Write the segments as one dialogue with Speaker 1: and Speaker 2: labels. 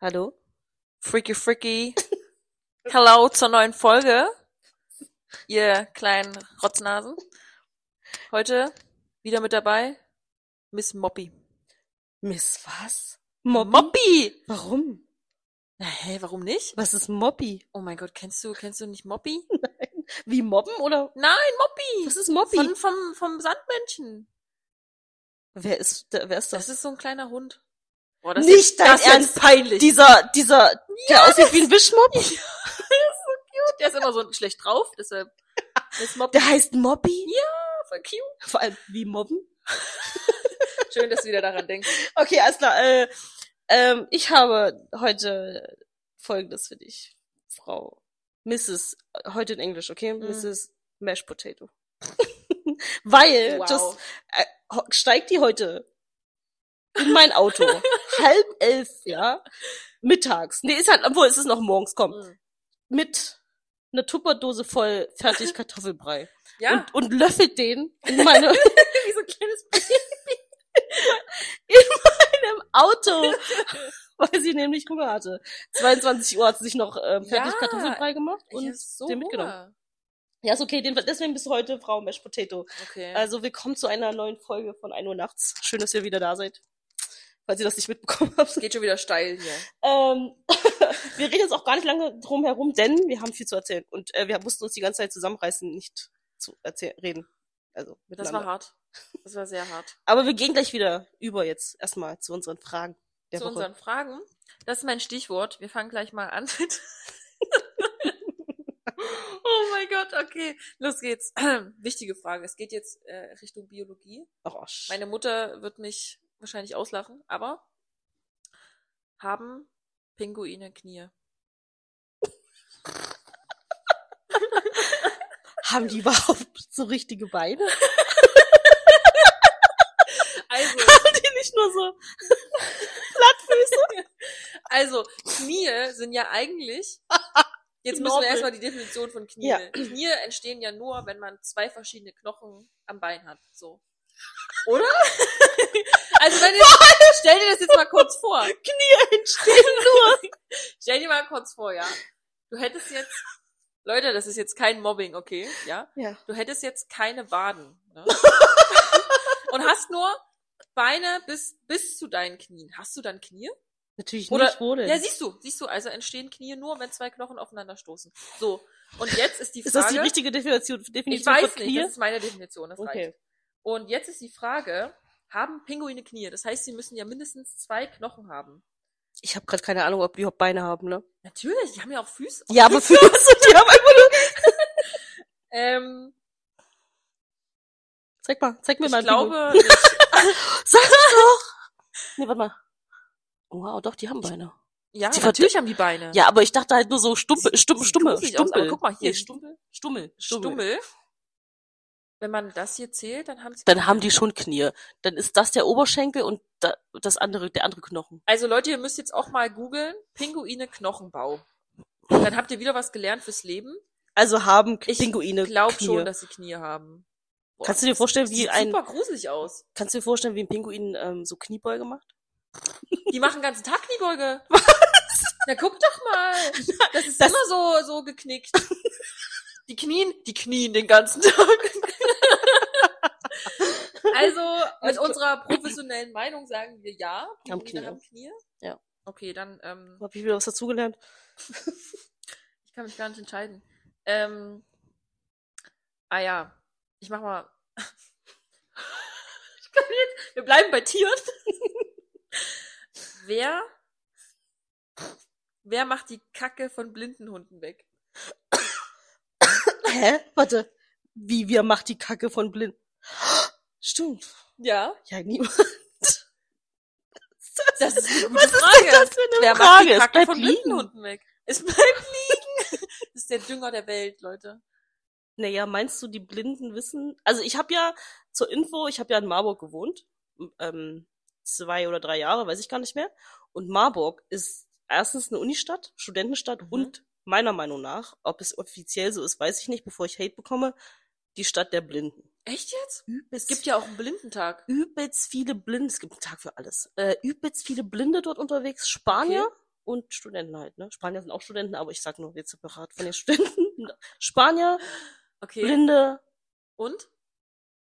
Speaker 1: Hallo? Freaky Freaky. Hello zur neuen Folge. Ihr kleinen Rotznasen. Heute wieder mit dabei Miss Moppy.
Speaker 2: Miss was?
Speaker 1: Moppy!
Speaker 2: Warum?
Speaker 1: Na hä, warum nicht?
Speaker 2: Was ist Mobby?
Speaker 1: Oh mein Gott, kennst du, kennst du nicht Moppy?
Speaker 2: Wie mobben oder?
Speaker 1: Nein, Moppy!
Speaker 2: Was ist Mobby?
Speaker 1: Von, vom, vom Sandmännchen.
Speaker 2: wer ist da, wer ist das?
Speaker 1: Das ist so ein kleiner Hund. Boah,
Speaker 2: Nicht dein
Speaker 1: das ist
Speaker 2: Ernst.
Speaker 1: jetzt peinlich.
Speaker 2: dieser dieser der aussieht wie ein Wischmob.
Speaker 1: Der ist immer so schlecht drauf, deshalb Miss Moppy
Speaker 2: Der heißt Mobby.
Speaker 1: voll cute.
Speaker 2: Vor allem wie mobben.
Speaker 1: Schön, dass du wieder daran denkst.
Speaker 2: Okay, alles klar. Äh, ähm, ich habe heute folgendes für dich, Frau Mrs. Heute in Englisch, okay? Mrs. Mashed Potato. Weil
Speaker 1: Wow.
Speaker 2: das äh, ho- steigt die heute in mein Auto. halb elf, ja. Mittags. Nee, ist halt, obwohl es ist noch morgens, komm.
Speaker 1: Mhm.
Speaker 2: Mit einer Tupperdose voll fertig Kartoffelbrei.
Speaker 1: Ja,
Speaker 2: Und, und löffelt den in, meine, in
Speaker 1: wie so ein kleines Baby.
Speaker 2: meinem Auto, weil sie nämlich Hunger hatte. 22 Uhr hat sie sich noch ähm, fertig
Speaker 1: Ja.
Speaker 2: Kartoffelbrei gemacht
Speaker 1: Ich
Speaker 2: und
Speaker 1: hab so
Speaker 2: den mitgenommen.
Speaker 1: Hunger.
Speaker 2: Ja, ist okay, den, deswegen bist du heute Frau Mesh Potato.
Speaker 1: Okay.
Speaker 2: Also willkommen zu einer neuen Folge von 1 Uhr nachts. Schön, dass ihr wieder da seid. Falls ihr das nicht mitbekommen habt.
Speaker 1: es geht schon wieder steil hier.
Speaker 2: Ähm, wir reden jetzt auch gar nicht lange drum herum, denn wir haben viel zu erzählen. Und äh, wir mussten uns die ganze Zeit zusammenreißen, nicht zu erzählen, reden. Also
Speaker 1: Das
Speaker 2: miteinander.
Speaker 1: war hart. Das war sehr hart.
Speaker 2: Aber wir gehen gleich wieder über jetzt erstmal zu unseren Fragen der
Speaker 1: Zu
Speaker 2: Woche.
Speaker 1: unseren Fragen. Das ist mein Stichwort. Wir fangen gleich mal an. oh mein Gott, okay. Los geht's. Wichtige Frage. Es geht jetzt äh, Richtung Biologie.
Speaker 2: oh,
Speaker 1: Meine Mutter wird mich wahrscheinlich auslachen, aber haben Pinguine Knie?
Speaker 2: haben die überhaupt so richtige Beine?
Speaker 1: Also,
Speaker 2: Haben die nicht nur so Plattfüße?
Speaker 1: Also, Knie sind ja eigentlich. Jetzt müssen wir
Speaker 2: Knorpel.
Speaker 1: erstmal die Definition von Knie.
Speaker 2: Ja.
Speaker 1: Knie entstehen ja nur, wenn man zwei verschiedene Knochen am Bein hat. So. Oder? also wenn jetzt, stell dir das jetzt mal kurz vor.
Speaker 2: Knie entstehen nur.
Speaker 1: Stell dir mal kurz vor, ja. Du hättest jetzt. Leute, das ist jetzt kein Mobbing, okay? Ja.
Speaker 2: Ja.
Speaker 1: Du hättest jetzt keine Waden. Ne? Und hast nur Beine bis, bis zu deinen Knien. Hast du dann Knie?
Speaker 2: Natürlich
Speaker 1: Oder-
Speaker 2: nicht, wo denn?
Speaker 1: Ja, siehst du, siehst du, also entstehen Knie nur, wenn zwei Knochen aufeinander stoßen. So, und jetzt ist die
Speaker 2: Ist
Speaker 1: Frage.
Speaker 2: das die richtige Definition, Definition
Speaker 1: ich weiß
Speaker 2: von
Speaker 1: nicht,
Speaker 2: Knie?
Speaker 1: das ist meine Definition, das
Speaker 2: Okay.
Speaker 1: reicht. Und jetzt ist die Frage, haben Pinguine Knie? Das heißt, sie müssen ja mindestens zwei Knochen haben.
Speaker 2: Ich habe gerade keine Ahnung, ob die überhaupt Beine haben, ne?
Speaker 1: Natürlich, die haben ja auch Füße.
Speaker 2: Ja, aber Füße, die haben einfach nur...
Speaker 1: Ähm,
Speaker 2: Zeig mal, zeig mir
Speaker 1: ich
Speaker 2: mal. einen Pinguin.
Speaker 1: glaube, nicht.
Speaker 2: Sag doch! Nee, warte mal. Wow, doch, die haben Beine.
Speaker 1: ja,
Speaker 2: Sie
Speaker 1: natürlich haben die Beine.
Speaker 2: Ja, aber ich dachte halt nur so Stumpe, Stumpe,
Speaker 1: sieht
Speaker 2: Stumme,
Speaker 1: gruselig aus, aber
Speaker 2: Stumpel.
Speaker 1: guck mal hier.
Speaker 2: Nee, Stumpel, Stummel, Stummel.
Speaker 1: Stummel. Wenn man das hier zählt, dann haben sie.
Speaker 2: Dann haben die schon Knie. Dann ist das der Oberschenkel und da, das andere, der andere Knochen.
Speaker 1: Also Leute, ihr müsst jetzt auch mal googeln, Pinguine Knochenbau. Dann habt ihr wieder was gelernt fürs Leben.
Speaker 2: Also haben
Speaker 1: Ich
Speaker 2: Pinguine
Speaker 1: Ich glaube
Speaker 2: Knie.
Speaker 1: schon, dass sie Knie haben. Boah,
Speaker 2: Kannst du dir vorstellen, wie
Speaker 1: sieht
Speaker 2: ein-
Speaker 1: super gruselig aus.
Speaker 2: Kannst du dir vorstellen, wie ein Pinguin ähm, so Kniebeuge macht?
Speaker 1: Die machen den ganzen Tag Kniebeuge. Na guck doch mal. Das ist
Speaker 2: Das-
Speaker 1: immer so so geknickt. Die knien, die knien den ganzen Tag. also mit
Speaker 2: Ich-
Speaker 1: unserer professionellen Meinung sagen wir ja,
Speaker 2: Haben
Speaker 1: Pinguine
Speaker 2: Knie.
Speaker 1: haben Knie.
Speaker 2: Ja.
Speaker 1: Okay, dann ähm,
Speaker 2: Hab ich wieder was dazugelernt?
Speaker 1: Ich kann mich gar nicht entscheiden. Ähm, ah ja, ich mach mal. ich kann jetzt, wir bleiben bei Tieren. wer, wer macht die Kacke von blinden Hunden weg?
Speaker 2: Hä? Warte. Wie wir macht die Kacke von blind. Stimmt.
Speaker 1: Ja,
Speaker 2: Ja, niemand.
Speaker 1: das ist eine gute
Speaker 2: Was ist
Speaker 1: Frage.
Speaker 2: denn das für eine
Speaker 1: wer macht
Speaker 2: Frage?
Speaker 1: die
Speaker 2: Es
Speaker 1: Kacke
Speaker 2: bleibt
Speaker 1: von blinden
Speaker 2: liegen.
Speaker 1: Hunden weg? Es bleibt liegen. das ist der Dünger der Welt, Leute.
Speaker 2: Naja, meinst du, die Blinden wissen? Also ich habe ja zur Info, ich habe ja in Marburg gewohnt, m- ähm, zwei oder drei Jahre, weiß ich gar nicht mehr. Und Marburg ist erstens eine Unistadt, Studentenstadt
Speaker 1: Mhm.
Speaker 2: und meiner Meinung nach, ob es offiziell so ist, weiß ich nicht, bevor ich Hate bekomme, die Stadt der Blinden.
Speaker 1: Echt jetzt?
Speaker 2: Übelst,
Speaker 1: Es gibt ja auch einen Blindentag.
Speaker 2: übelst viele Blinde, es gibt einen Tag für alles. Äh, übelst viele Blinde dort unterwegs, Spanier, und Studenten halt, ne? Spanier sind auch Studenten, aber ich sag nur jetzt separat von den Studenten. Spanier,
Speaker 1: Okay.
Speaker 2: Blinde.
Speaker 1: Und?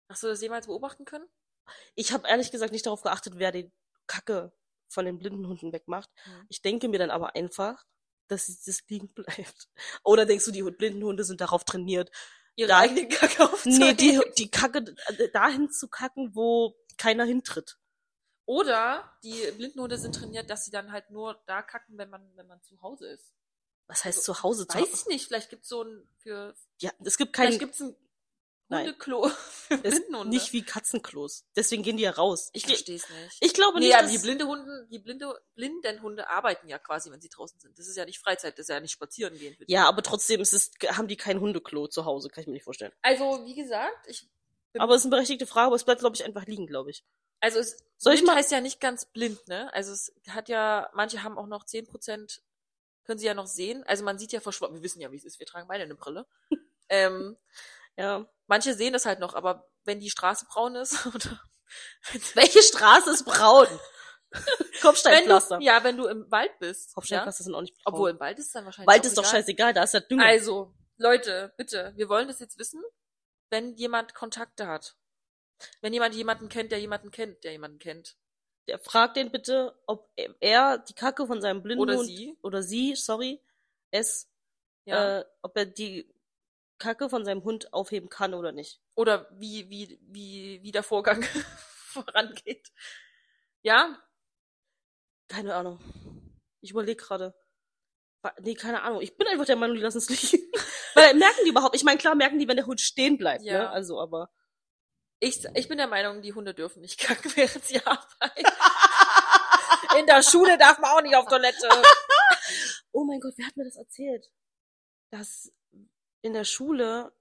Speaker 1: Hast du das jemals beobachten können?
Speaker 2: Ich habe ehrlich gesagt nicht darauf geachtet, wer die Kacke von den blinden Hunden wegmacht.
Speaker 1: Mhm.
Speaker 2: Ich denke mir dann aber einfach, dass es das liegen bleibt. Oder denkst du, die Hund- blinden Hunde sind darauf trainiert?
Speaker 1: Ihre
Speaker 2: Nein.
Speaker 1: eigene Kacke aufzunehmen?
Speaker 2: Nee, die, die Kacke äh, dahin zu kacken, wo keiner hintritt.
Speaker 1: Oder die Blindenhunde sind trainiert, dass sie dann halt nur da kacken, wenn man, wenn man zu Hause ist.
Speaker 2: Was heißt zu Hause? Zu
Speaker 1: Weiß ich nicht, vielleicht gibt's so ein für
Speaker 2: ja, es gibt
Speaker 1: vielleicht
Speaker 2: keinen,
Speaker 1: gibt's ein
Speaker 2: Nein.
Speaker 1: Hundeklo für
Speaker 2: es
Speaker 1: Blindenhunde.
Speaker 2: nicht wie Katzenklos. Deswegen gehen die ja raus. Ich,
Speaker 1: ich
Speaker 2: ich,
Speaker 1: verstehe es nicht.
Speaker 2: ich glaube
Speaker 1: nee,
Speaker 2: nicht,
Speaker 1: aber
Speaker 2: dass-
Speaker 1: die blinde Hunden, die blinde, blinden Hunde arbeiten ja quasi, wenn sie draußen sind. Das ist ja nicht Freizeit, das ist ja nicht spazieren gehen. für die.
Speaker 2: Ja, aber trotzdem ist es, haben die kein Hundeklo zu Hause, kann ich mir nicht vorstellen.
Speaker 1: Also, wie gesagt, ich
Speaker 2: Aber es ist eine berechtigte Frage, aber es bleibt, glaube ich, einfach liegen, glaube ich.
Speaker 1: also es
Speaker 2: Soll ich
Speaker 1: blind
Speaker 2: mal-
Speaker 1: heißt ja nicht ganz blind, ne? Also es hat ja manche haben auch noch 10% können sie ja noch sehen. Also man sieht ja verschwommen, wir wissen ja, wie es ist, wir tragen beide eine Brille. ähm,
Speaker 2: Ja.
Speaker 1: manche sehen das halt noch, aber wenn die Straße braun ist oder
Speaker 2: Welche Straße ist braun?
Speaker 1: wenn
Speaker 2: Kopfsteinpflaster.
Speaker 1: du, ja, wenn du im Wald bist, ja?
Speaker 2: Kopfsteinplaster sind auch nicht braun.
Speaker 1: obwohl im Wald ist es dann wahrscheinlich
Speaker 2: Wald
Speaker 1: auch
Speaker 2: ist doch
Speaker 1: egal.
Speaker 2: scheißegal, da ist halt ja Dünger.
Speaker 1: Also, Leute, bitte, wir wollen das jetzt wissen, wenn jemand Kontakte hat. Wenn jemand jemanden kennt, der jemanden kennt, der jemanden kennt.
Speaker 2: Der fragt den bitte, ob er die Kacke von seinem blinden
Speaker 1: Oder
Speaker 2: Hund-
Speaker 1: sie.
Speaker 2: oder sie, sorry, es,
Speaker 1: Ja.
Speaker 2: äh, ob er die Kacke von seinem Hund aufheben kann oder nicht.
Speaker 1: Oder wie, wie, wie, wie der Vorgang vorangeht. Ja?
Speaker 2: Keine Ahnung. Ich überlege gerade. Wa- Nee, keine Ahnung. Ich bin einfach der Meinung, die lassen es liegen. Weil merken die überhaupt? Ich meine, klar merken die, wenn der Hund stehen bleibt,
Speaker 1: Ja.
Speaker 2: ne? Also, aber.
Speaker 1: Ich, ich bin der Meinung, die Hunde dürfen nicht kacken, während sie arbeiten. In der Schule darf man auch nicht auf Toilette.
Speaker 2: Oh mein Gott, wer hat mir das erzählt? Dass in der Schule.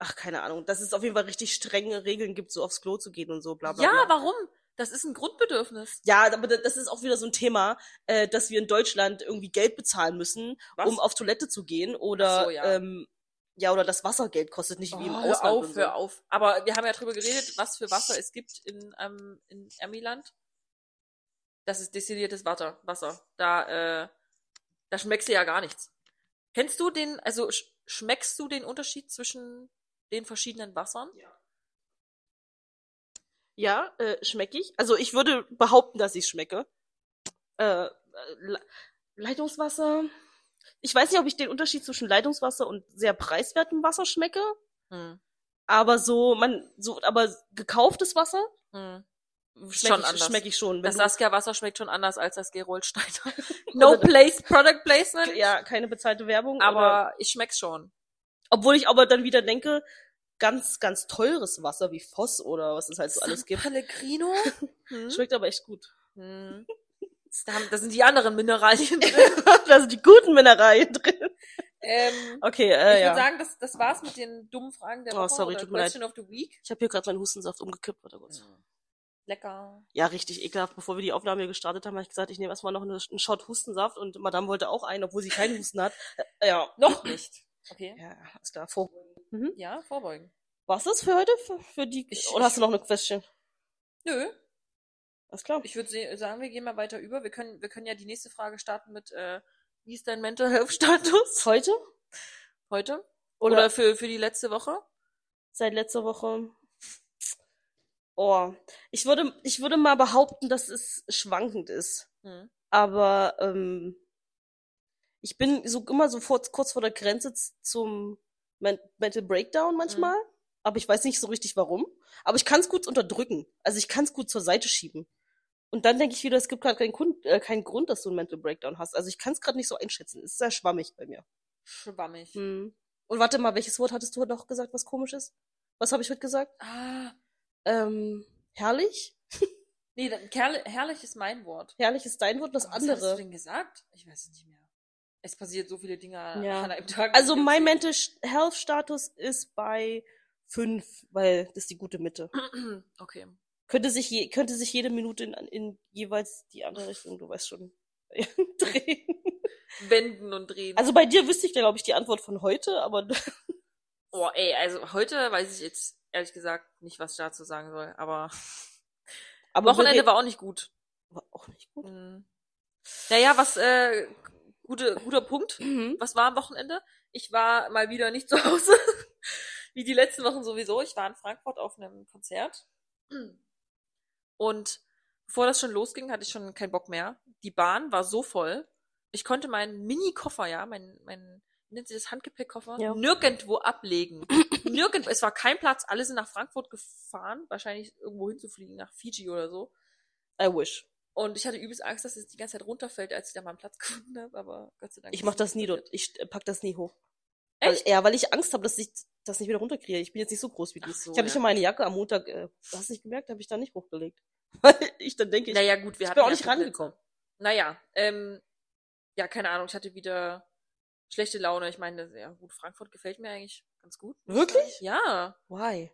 Speaker 2: Ach, keine Ahnung, dass es auf jeden Fall richtig strenge Regeln gibt, so aufs Klo zu gehen und so, bla bla.
Speaker 1: Ja,
Speaker 2: bla.
Speaker 1: warum? Das ist ein Grundbedürfnis.
Speaker 2: Ja, aber da- das ist auch wieder so ein Thema, äh, dass wir in Deutschland irgendwie Geld bezahlen müssen,
Speaker 1: Was?
Speaker 2: um auf Toilette zu gehen oder
Speaker 1: Ach so, ja.
Speaker 2: ähm, ja oder das Wassergeld kostet nicht wie im
Speaker 1: Oh,
Speaker 2: Ausland.
Speaker 1: hör auf,
Speaker 2: und so.
Speaker 1: hör auf. Aber wir haben ja drüber geredet, was für Wasser es gibt in, ähm, in Amiland. Das ist destilliertes Wasser. Wasser. Da, äh, da schmeckst du ja gar nichts. Kennst du den, also sch schmeckst du den Unterschied zwischen den verschiedenen Wassern?
Speaker 2: Ja, äh, schmeck ich. Also ich würde behaupten, dass ich schmecke. Äh, äh, Le Leitungswasser. Ich weiß nicht, ob ich den Unterschied zwischen Leitungswasser und sehr preiswertem Wasser schmecke,
Speaker 1: Hm.
Speaker 2: aber so, man, so, aber gekauftes Wasser
Speaker 1: Hm.
Speaker 2: schmeck
Speaker 1: Schon
Speaker 2: ich,
Speaker 1: anders.
Speaker 2: Schmeck ich schon. Wenn
Speaker 1: Das
Speaker 2: du-
Speaker 1: Saskia-Wasser schmeckt schon anders als das Gerolsteiner. no
Speaker 2: Oder-
Speaker 1: place, Product Placement.
Speaker 2: ja, keine bezahlte Werbung. oder,
Speaker 1: Aber ich schmeck's schon.
Speaker 2: obwohl ich aber dann wieder denke, ganz, ganz teures Wasser wie Voss oder was es halt so alles gibt.
Speaker 1: Pellegrino? Hm?
Speaker 2: Schmeckt aber echt gut.
Speaker 1: Hm. Da, haben, da sind die anderen Mineralien drin.
Speaker 2: da sind die guten Mineralien drin.
Speaker 1: Ähm,
Speaker 2: Okay,
Speaker 1: ich
Speaker 2: äh,
Speaker 1: würde
Speaker 2: ja.
Speaker 1: sagen, das, das war's mit den dummen Fragen der
Speaker 2: Oh,
Speaker 1: Woche.
Speaker 2: sorry,
Speaker 1: oder
Speaker 2: tut mir leid.
Speaker 1: Question of the Week.
Speaker 2: ich habe hier gerade meinen Hustensaft umgekippt. Warte kurz.
Speaker 1: Lecker.
Speaker 2: Ja, richtig ekelhaft. Bevor wir die Aufnahme hier gestartet haben, habe ich gesagt, ich nehme erstmal noch eine, einen Shot Hustensaft und Madame wollte auch einen, obwohl sie keinen Husten hat. Äh, ja.
Speaker 1: Noch nicht. Okay.
Speaker 2: Ja, ist klar. Vor. Mhm.
Speaker 1: Ja, vorbeugen.
Speaker 2: Was ist für heute? Für, für die.
Speaker 1: Ich-
Speaker 2: Oder hast du noch eine Question?
Speaker 1: Nö,
Speaker 2: Alles klar.
Speaker 1: ich würde sagen, wir gehen mal weiter über. Wir können, wir können ja die nächste Frage starten mit, äh, wie ist dein Mental Health Status
Speaker 2: Heute?
Speaker 1: heute?
Speaker 2: Oder,
Speaker 1: Oder, für, für die letzte Woche?
Speaker 2: seit letzter Woche? Oh. Ich würde, ich würde mal behaupten, dass es schwankend ist.
Speaker 1: Hm.
Speaker 2: Aber ähm, ich bin so immer so vor, kurz vor der Grenze z- zum Men Mental Breakdown manchmal.
Speaker 1: Mhm.
Speaker 2: Aber ich weiß nicht so richtig warum. Aber ich kann es gut unterdrücken. Also ich kann es gut zur Seite schieben. Und dann denke ich wieder, es gibt gerade keinen, Grund- äh, keinen Grund, dass du einen Mental Breakdown hast. Also ich kann es gerade nicht so einschätzen. Es ist sehr schwammig bei mir.
Speaker 1: Schwammig.
Speaker 2: Und warte mal, welches Wort hattest du heute noch gesagt, was komisch ist? Was habe ich heute gesagt?
Speaker 1: Ah,
Speaker 2: Ähm, herrlich?
Speaker 1: nee, dann, kerl, herrlich ist mein Wort.
Speaker 2: Herrlich ist dein Wort, das
Speaker 1: Aber Was hast
Speaker 2: andere.
Speaker 1: du denn gesagt? Ich weiß es nicht mehr. Es passiert so viele Dinge
Speaker 2: Ja.
Speaker 1: an einem Tag.
Speaker 2: Also mein Mental Health Status ist bei fünf, weil das ist die gute Mitte.
Speaker 1: Okay.
Speaker 2: Könnte sich, je, könnte sich jede Minute in, in jeweils die andere Richtung, du weißt schon, drehen.
Speaker 1: Wenden und drehen.
Speaker 2: Also bei dir wüsste ich, glaube ich, die Antwort von heute, aber
Speaker 1: Oh, ey, also heute weiß ich jetzt ehrlich gesagt nicht, was ich dazu sagen soll, aber
Speaker 2: aber
Speaker 1: Wochenende war auch nicht gut.
Speaker 2: war auch nicht gut.
Speaker 1: Mhm. Naja, was, äh, gute, guter Punkt.
Speaker 2: Mhm.
Speaker 1: Was war am Wochenende? Ich war mal wieder nicht zu Hause. Wie die letzten Wochen sowieso. Ich war in Frankfurt auf einem Konzert. Und bevor das schon losging, hatte ich schon keinen Bock mehr. Die Bahn war so voll. Ich konnte meinen Mini-Koffer, ja, mein, mein, wie nennt sich das Handgepäckkoffer,
Speaker 2: Ja.
Speaker 1: nirgendwo ablegen. Nirgendwo. Es war kein Platz. Alle sind nach Frankfurt gefahren. Wahrscheinlich irgendwo hinzufliegen, nach Fiji oder so.
Speaker 2: I wish.
Speaker 1: Und ich hatte übelst Angst, dass es die ganze Zeit runterfällt, als ich da mal einen Platz gefunden habe, aber Gott sei Dank.
Speaker 2: Ich
Speaker 1: ist
Speaker 2: mach
Speaker 1: es
Speaker 2: das nie
Speaker 1: nicht
Speaker 2: dort.
Speaker 1: passiert.
Speaker 2: Ich äh, pack das nie hoch. Weil,
Speaker 1: Echt?
Speaker 2: ja, weil ich Angst habe, dass ich das nicht wieder runterkriege. Ich bin jetzt nicht so groß wie die.
Speaker 1: Ach so,
Speaker 2: ich habe
Speaker 1: ja.
Speaker 2: nicht mal meine Jacke am Montag, äh, hast du nicht gemerkt, habe ich da nicht hochgelegt. Weil ich dann denke, ich,
Speaker 1: Naja, gut, wir
Speaker 2: ich
Speaker 1: hatten.
Speaker 2: bin auch
Speaker 1: ja
Speaker 2: nicht
Speaker 1: schon Plätze.
Speaker 2: rangekommen.
Speaker 1: Naja, ähm, ja, keine Ahnung, ich hatte wieder schlechte Laune. Ich meine, ja gut, Frankfurt gefällt mir eigentlich ganz gut. muss ich
Speaker 2: Wirklich?
Speaker 1: sagen. Ja,
Speaker 2: Why?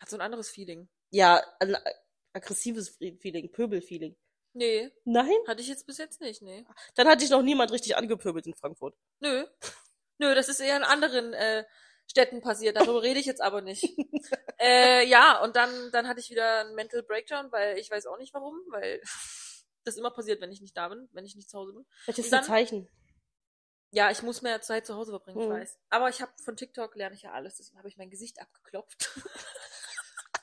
Speaker 1: hat so ein anderes Feeling.
Speaker 2: Ja, ein äh, aggressives Fre- Feeling, Pöbel-Feeling.
Speaker 1: Nee,
Speaker 2: Nein?
Speaker 1: hatte ich jetzt bis jetzt nicht, nee.
Speaker 2: Dann hatte ich noch niemand richtig angepöbelt in Frankfurt.
Speaker 1: Nö. Nö, das ist eher in anderen äh, Städten passiert. Darüber rede ich jetzt aber nicht. äh, ja, und dann, dann hatte ich wieder einen Mental Breakdown, weil ich weiß auch nicht warum, weil das immer passiert, wenn ich nicht da bin, wenn ich nicht zu Hause bin.
Speaker 2: Welches
Speaker 1: Und dann-
Speaker 2: Zeichen?
Speaker 1: Ja, ich muss mehr Zeit zu Hause verbringen, ich
Speaker 2: Mhm.
Speaker 1: weiß. Aber ich habe von TikTok lerne ich ja alles, deswegen habe ich mein Gesicht abgeklopft.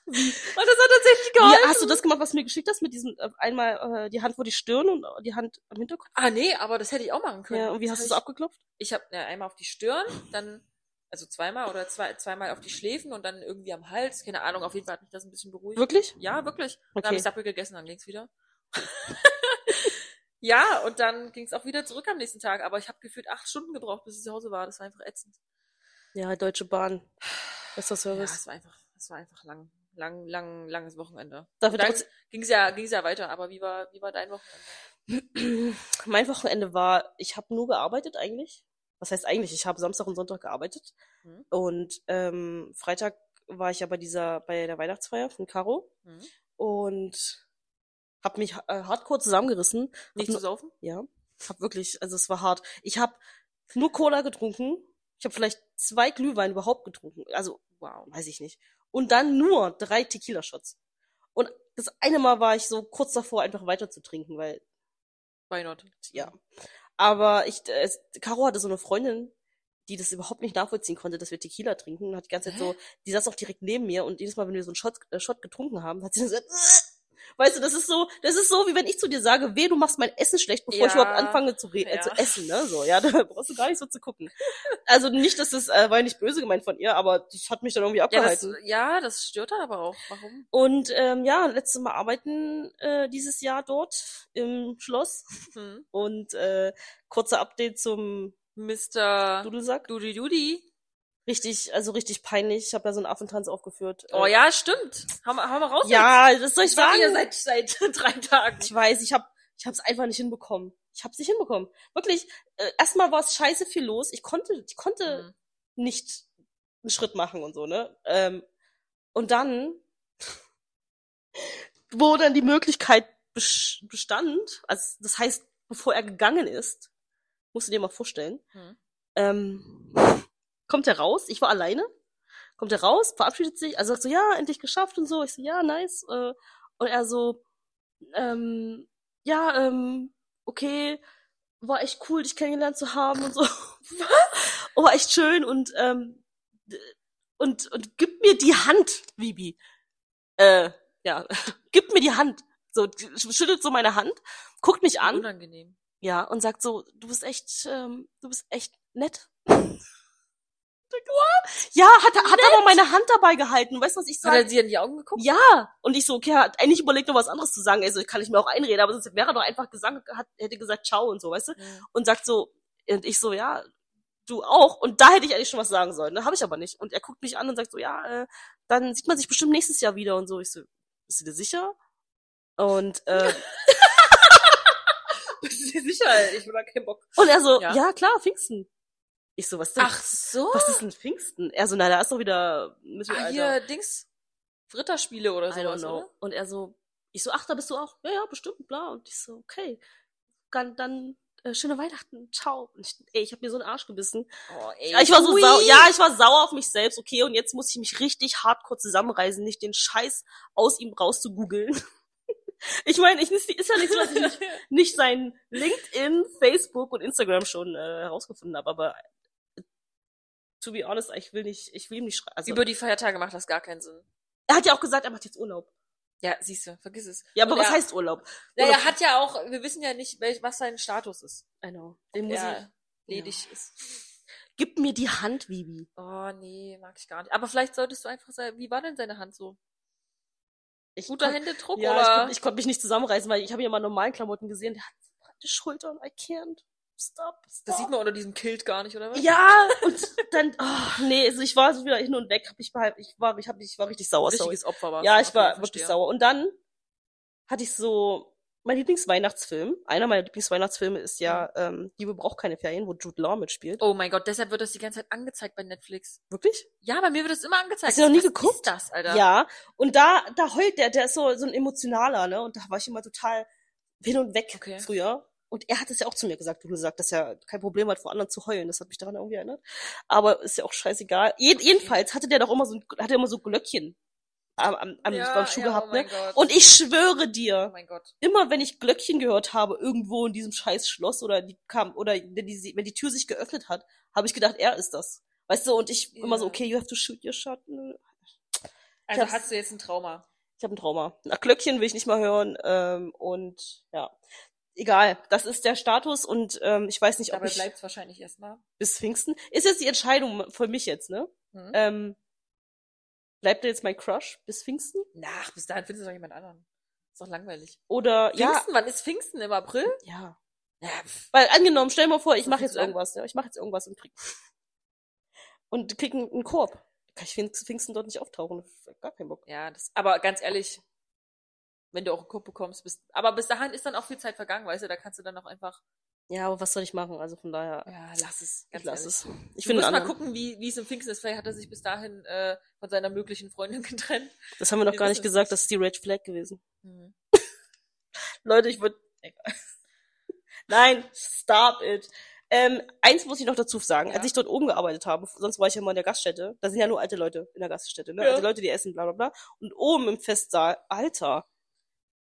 Speaker 1: Und das hat tatsächlich
Speaker 2: Ja,
Speaker 1: geholfen.
Speaker 2: hast du das gemacht, was du mir geschickt hast, mit diesem äh, einmal äh, die Hand vor die Stirn und äh, die Hand am Hinterkopf?
Speaker 1: Ah nee, aber das hätte ich auch machen können.
Speaker 2: Ja, und wie
Speaker 1: Das
Speaker 2: hast du
Speaker 1: hab
Speaker 2: es abgeklopft?
Speaker 1: Ich, ich habe ne, einmal auf die Stirn, dann also zweimal oder zwei, zweimal auf die Schläfen und dann irgendwie am Hals, keine Ahnung. Auf jeden Fall hat mich das ein bisschen beruhigt.
Speaker 2: Wirklich?
Speaker 1: Ja, wirklich. Dann
Speaker 2: Okay.
Speaker 1: habe ich Sappel gegessen, dann ging's wieder. ja, und dann ging's auch wieder zurück am nächsten Tag. Aber ich habe gefühlt acht Stunden gebraucht, bis ich zu Hause war. Das war einfach ätzend.
Speaker 2: Ja, Deutsche Bahn. Bester
Speaker 1: Ja,
Speaker 2: Service.
Speaker 1: es war einfach, es war einfach lang, lang, lang, langes Wochenende.
Speaker 2: Dafür
Speaker 1: Dann
Speaker 2: trotzdem-
Speaker 1: ging's ja, ging's ja weiter, aber wie war, wie war dein Wochenende?
Speaker 2: mein Wochenende war, ich habe nur gearbeitet eigentlich. Was heißt eigentlich? Ich habe Samstag und Sonntag gearbeitet.
Speaker 1: Hm?
Speaker 2: Und ähm, Freitag war ich ja bei dieser, bei der Weihnachtsfeier von Caro
Speaker 1: Hm?
Speaker 2: und habe mich äh, hardcore zusammengerissen. Hab
Speaker 1: Nicht
Speaker 2: nur-
Speaker 1: zu saufen?
Speaker 2: Ja, hab wirklich, also es war hart. Ich habe nur Cola getrunken. Ich habe vielleicht zwei Glühwein überhaupt getrunken. Also,
Speaker 1: Wow.
Speaker 2: weiß ich nicht. Und dann nur drei Tequila-Shots. Und das eine Mal war ich so kurz davor, einfach weiter zu trinken, weil,
Speaker 1: Why not?
Speaker 2: ja. Aber ich, äh, es, Caro hatte so eine Freundin, die das überhaupt nicht nachvollziehen konnte, dass wir Tequila trinken. Und hat die ganze Zeit so, die saß auch direkt neben mir und jedes Mal, wenn wir so einen Shot, äh, Shot getrunken haben, hat sie dann gesagt, "Äh." weißt du, das ist so, das ist so, wie wenn ich zu dir sage, weh, du machst mein Essen schlecht, bevor ich
Speaker 1: Ja.
Speaker 2: überhaupt anfange zu, re äh,
Speaker 1: Ja.
Speaker 2: zu essen, ne? So, ja, da brauchst du gar nicht so zu gucken. Also nicht, dass das äh, war ja nicht böse gemeint von ihr, aber das hat mich dann irgendwie
Speaker 1: Ja,
Speaker 2: abgehalten.
Speaker 1: das, ja, das stört dann aber auch. Warum?
Speaker 2: Und ähm, ja, letztes Mal arbeiten äh, dieses Jahr dort im Schloss.
Speaker 1: Hm?
Speaker 2: Und äh, kurzer Update zum
Speaker 1: Mr.
Speaker 2: Dudelsack.
Speaker 1: Dudi Dudi.
Speaker 2: Richtig, also richtig peinlich. Ich habe ja so einen Affentanz aufgeführt.
Speaker 1: Oh
Speaker 2: Äh,
Speaker 1: ja, stimmt. Hau mal, hau mal raus.
Speaker 2: Ja, das soll
Speaker 1: jetzt.
Speaker 2: ich
Speaker 1: ich sag
Speaker 2: sagen.
Speaker 1: ihr seit, seit drei Tagen.
Speaker 2: Ich weiß, ich habe ich hab's einfach nicht hinbekommen. Ich hab's nicht hinbekommen. Wirklich, äh, erstmal war es scheiße viel los. Ich konnte, ich konnte
Speaker 1: Hm.
Speaker 2: nicht einen Schritt machen und so, ne? Ähm, und dann, wo dann die Möglichkeit bes- bestand, also das heißt, bevor er gegangen ist, musst du dir mal vorstellen,
Speaker 1: Hm.
Speaker 2: ähm, kommt er raus, ich war alleine, kommt er raus, verabschiedet sich, also sagt so, ja, endlich geschafft und so, ich so, ja, nice, äh, und er so, ähm, ja, ähm, okay, war echt cool, dich kennengelernt zu haben und so. oh, war echt schön und, ähm, d- und, und gib mir die Hand, Bibi. Äh, ja, gib mir die Hand. So, sch- schüttelt so meine Hand, guckt mich an,
Speaker 1: Unangenehm.
Speaker 2: ja, und sagt so, du bist echt, ähm, du bist echt nett. Ja, hat, hat aber meine Hand dabei gehalten. Weißt du, was ich
Speaker 1: Hat er
Speaker 2: sage?
Speaker 1: sie in die Augen geguckt?
Speaker 2: Ja. Und ich so, okay, er hat eigentlich überlegt, noch was anderes zu sagen. Also kann ich mir auch einreden, aber sonst wäre er doch einfach gesagt, hat, hätte gesagt, ciao und so, weißt du?
Speaker 1: Hm.
Speaker 2: Und sagt so, und ich so, ja, du auch. Und da hätte ich eigentlich schon was sagen sollen. Ne? Habe ich aber nicht. Und er guckt mich an und sagt so, ja, äh, dann sieht man sich bestimmt nächstes Jahr wieder und so. Ich so, bist du dir sicher? Und, äh,
Speaker 1: Bist du dir sicher? Ich will da keinen Bock.
Speaker 2: und er so, ja.
Speaker 1: Ja.
Speaker 2: klar, Pfingsten. Ich so, was denn?
Speaker 1: Ach so.
Speaker 2: Was ist denn Pfingsten? Er so, na, da ist doch wieder
Speaker 1: Ah,
Speaker 2: Mittelalter.
Speaker 1: hier, Dings. Ritterspiele oder
Speaker 2: I don't
Speaker 1: sowas,
Speaker 2: know.
Speaker 1: oder?
Speaker 2: Und er so, ich so, ach, da bist du auch. Ja, ja, bestimmt, bla. Und ich so, okay. Dann, dann äh, schöne Weihnachten, ciao. Und ich, ey, ich habe mir so einen Arsch gebissen.
Speaker 1: Oh, ey.
Speaker 2: Ja, ich war so
Speaker 1: Ui.
Speaker 2: sauer. Ja, ich war sauer auf mich selbst, okay. Und jetzt muss ich mich richtig hardcore zusammenreißen, nicht den Scheiß aus ihm rauszugugeln. Ich meine, ich ist ja nichts, was ich nicht, nicht sein LinkedIn, Facebook und Instagram schon äh, herausgefunden habe, aber äh, to be honest, ich will nicht, ich will ihm nicht schreiben. Also,
Speaker 1: Über die Feiertage macht das gar keinen Sinn.
Speaker 2: er hat ja auch gesagt, er macht jetzt Urlaub.
Speaker 1: Ja, siehst du, vergiss es.
Speaker 2: Ja, aber
Speaker 1: Und
Speaker 2: was
Speaker 1: er,
Speaker 2: heißt Urlaub?
Speaker 1: Na, er
Speaker 2: Urlaub-
Speaker 1: hat ja auch, wir wissen ja nicht, welch, was sein Status ist.
Speaker 2: I know. Den muss
Speaker 1: Ja.
Speaker 2: ich.
Speaker 1: Ledig ist.
Speaker 2: Gib mir die Hand, Vivi.
Speaker 1: Oh, nee, mag ich gar nicht. Aber vielleicht solltest du einfach sagen, wie war denn seine Hand so?
Speaker 2: Ich
Speaker 1: Guter
Speaker 2: kon-
Speaker 1: Händedruck
Speaker 2: Ja, ich,
Speaker 1: oder?
Speaker 2: kon- ich konnte mich nicht zusammenreißen, weil ich habe ja mal normalen Klamotten gesehen. Der hat verbrannte Schultern. I can't. Stop. stop.
Speaker 1: das sieht man unter diesem Kilt gar nicht, oder was?
Speaker 2: Ja, und dann, oh, nee, also ich war so wieder hin und weg, hab ich behal- ich war, ich hab, ich war richtig sauer. oh, Sorry.
Speaker 1: Richtiges Opfer war
Speaker 2: Ja, ich war wirklich sauer. Und dann hatte ich so, mein Lieblingsweihnachtsfilm, einer meiner Lieblingsweihnachtsfilme ist ja, ähm, Liebe braucht keine Ferien, wo Jude Law mitspielt.
Speaker 1: Oh mein Gott, deshalb wird das die ganze Zeit angezeigt bei Netflix.
Speaker 2: Wirklich?
Speaker 1: Ja, bei mir wird das immer angezeigt.
Speaker 2: Hast du noch nie
Speaker 1: Was
Speaker 2: geguckt?
Speaker 1: ist das, Alter?
Speaker 2: Ja. Und da, da heult der, der ist so, so ein emotionaler, ne? Und da war ich immer total hin und weg
Speaker 1: Okay.
Speaker 2: früher. Und er hat es ja auch zu mir gesagt, du gesagt, dass er kein Problem hat, vor anderen zu heulen. Das hat mich daran irgendwie erinnert. Aber ist ja auch scheißegal. Jed jedenfalls hatte der doch immer so, ein- hatte immer so Glöckchen am, am, am,
Speaker 1: Ja,
Speaker 2: am Schuh
Speaker 1: ja,
Speaker 2: gehabt,
Speaker 1: oh
Speaker 2: ne?
Speaker 1: mein Gott.
Speaker 2: Und ich schwöre
Speaker 1: Oh
Speaker 2: dir,
Speaker 1: mein Gott.
Speaker 2: immer wenn ich Glöckchen gehört habe, irgendwo in diesem scheiß Schloss oder die kam, oder wenn die, wenn die Tür sich geöffnet hat, habe ich gedacht, er ist das. Weißt du, und ich immer so,
Speaker 1: Ja.
Speaker 2: okay, you have to shoot your shot. ne?
Speaker 1: Also
Speaker 2: hab's-
Speaker 1: hast du jetzt ein Trauma.
Speaker 2: Ich habe ein Trauma. Nach Glöckchen will ich nicht mal hören. Ähm, und ja, egal. Das ist der Status und ähm, ich weiß nicht, ob
Speaker 1: Dabei
Speaker 2: ich
Speaker 1: bleibt es wahrscheinlich erstmal.
Speaker 2: bis Pfingsten. Ist jetzt die Entscheidung für mich jetzt, ne?
Speaker 1: Hm?
Speaker 2: Ähm, bleibt da jetzt mein Crush bis Pfingsten?
Speaker 1: Na, bis dahin findest du doch jemand anderen. Ist doch langweilig.
Speaker 2: Oder
Speaker 1: Pfingsten, wann ist Pfingsten? Im April?
Speaker 2: ja, ja.
Speaker 1: Ja, pff.
Speaker 2: Weil angenommen, stell dir mal vor, ich
Speaker 1: So
Speaker 2: mache
Speaker 1: viel
Speaker 2: jetzt
Speaker 1: zu lang.
Speaker 2: irgendwas, ne? Ich mache jetzt irgendwas und krieg und krieg einen, einen Korb. Kann ich Pfingst- Pfingsten dort nicht auftauchen? Gar keinen Bock.
Speaker 1: ja das, aber ganz ehrlich, wenn du auch einen Kopf bekommst, bist, aber bis dahin ist dann auch viel Zeit vergangen, weißt du, da kannst du dann auch einfach,
Speaker 2: Ja, aber was soll ich machen? Also von daher,
Speaker 1: ja, lass es,
Speaker 2: ich
Speaker 1: ganz
Speaker 2: lass
Speaker 1: ehrlich.
Speaker 2: es. Ich
Speaker 1: Ich du
Speaker 2: finde
Speaker 1: musst
Speaker 2: einen
Speaker 1: mal
Speaker 2: anderen.
Speaker 1: gucken, wie, wie es im Pfingsten ist. Vielleicht hat er sich bis dahin äh, von seiner möglichen Freundin getrennt.
Speaker 2: Das haben wir noch
Speaker 1: Wir
Speaker 2: gar
Speaker 1: wissen
Speaker 2: nicht
Speaker 1: es
Speaker 2: gesagt,
Speaker 1: nicht.
Speaker 2: das ist die Red Flag gewesen.
Speaker 1: Hm.
Speaker 2: Leute, ich würde. Nein, stop it. Ähm, eins muss ich noch dazu sagen, als
Speaker 1: Ja.
Speaker 2: ich dort oben gearbeitet habe, sonst war ich ja immer in der Gaststätte, da sind ja nur alte Leute in der Gaststätte, ne?
Speaker 1: Ja.
Speaker 2: Alte Leute, die essen, bla bla bla. Und oben im Festsaal, Alter,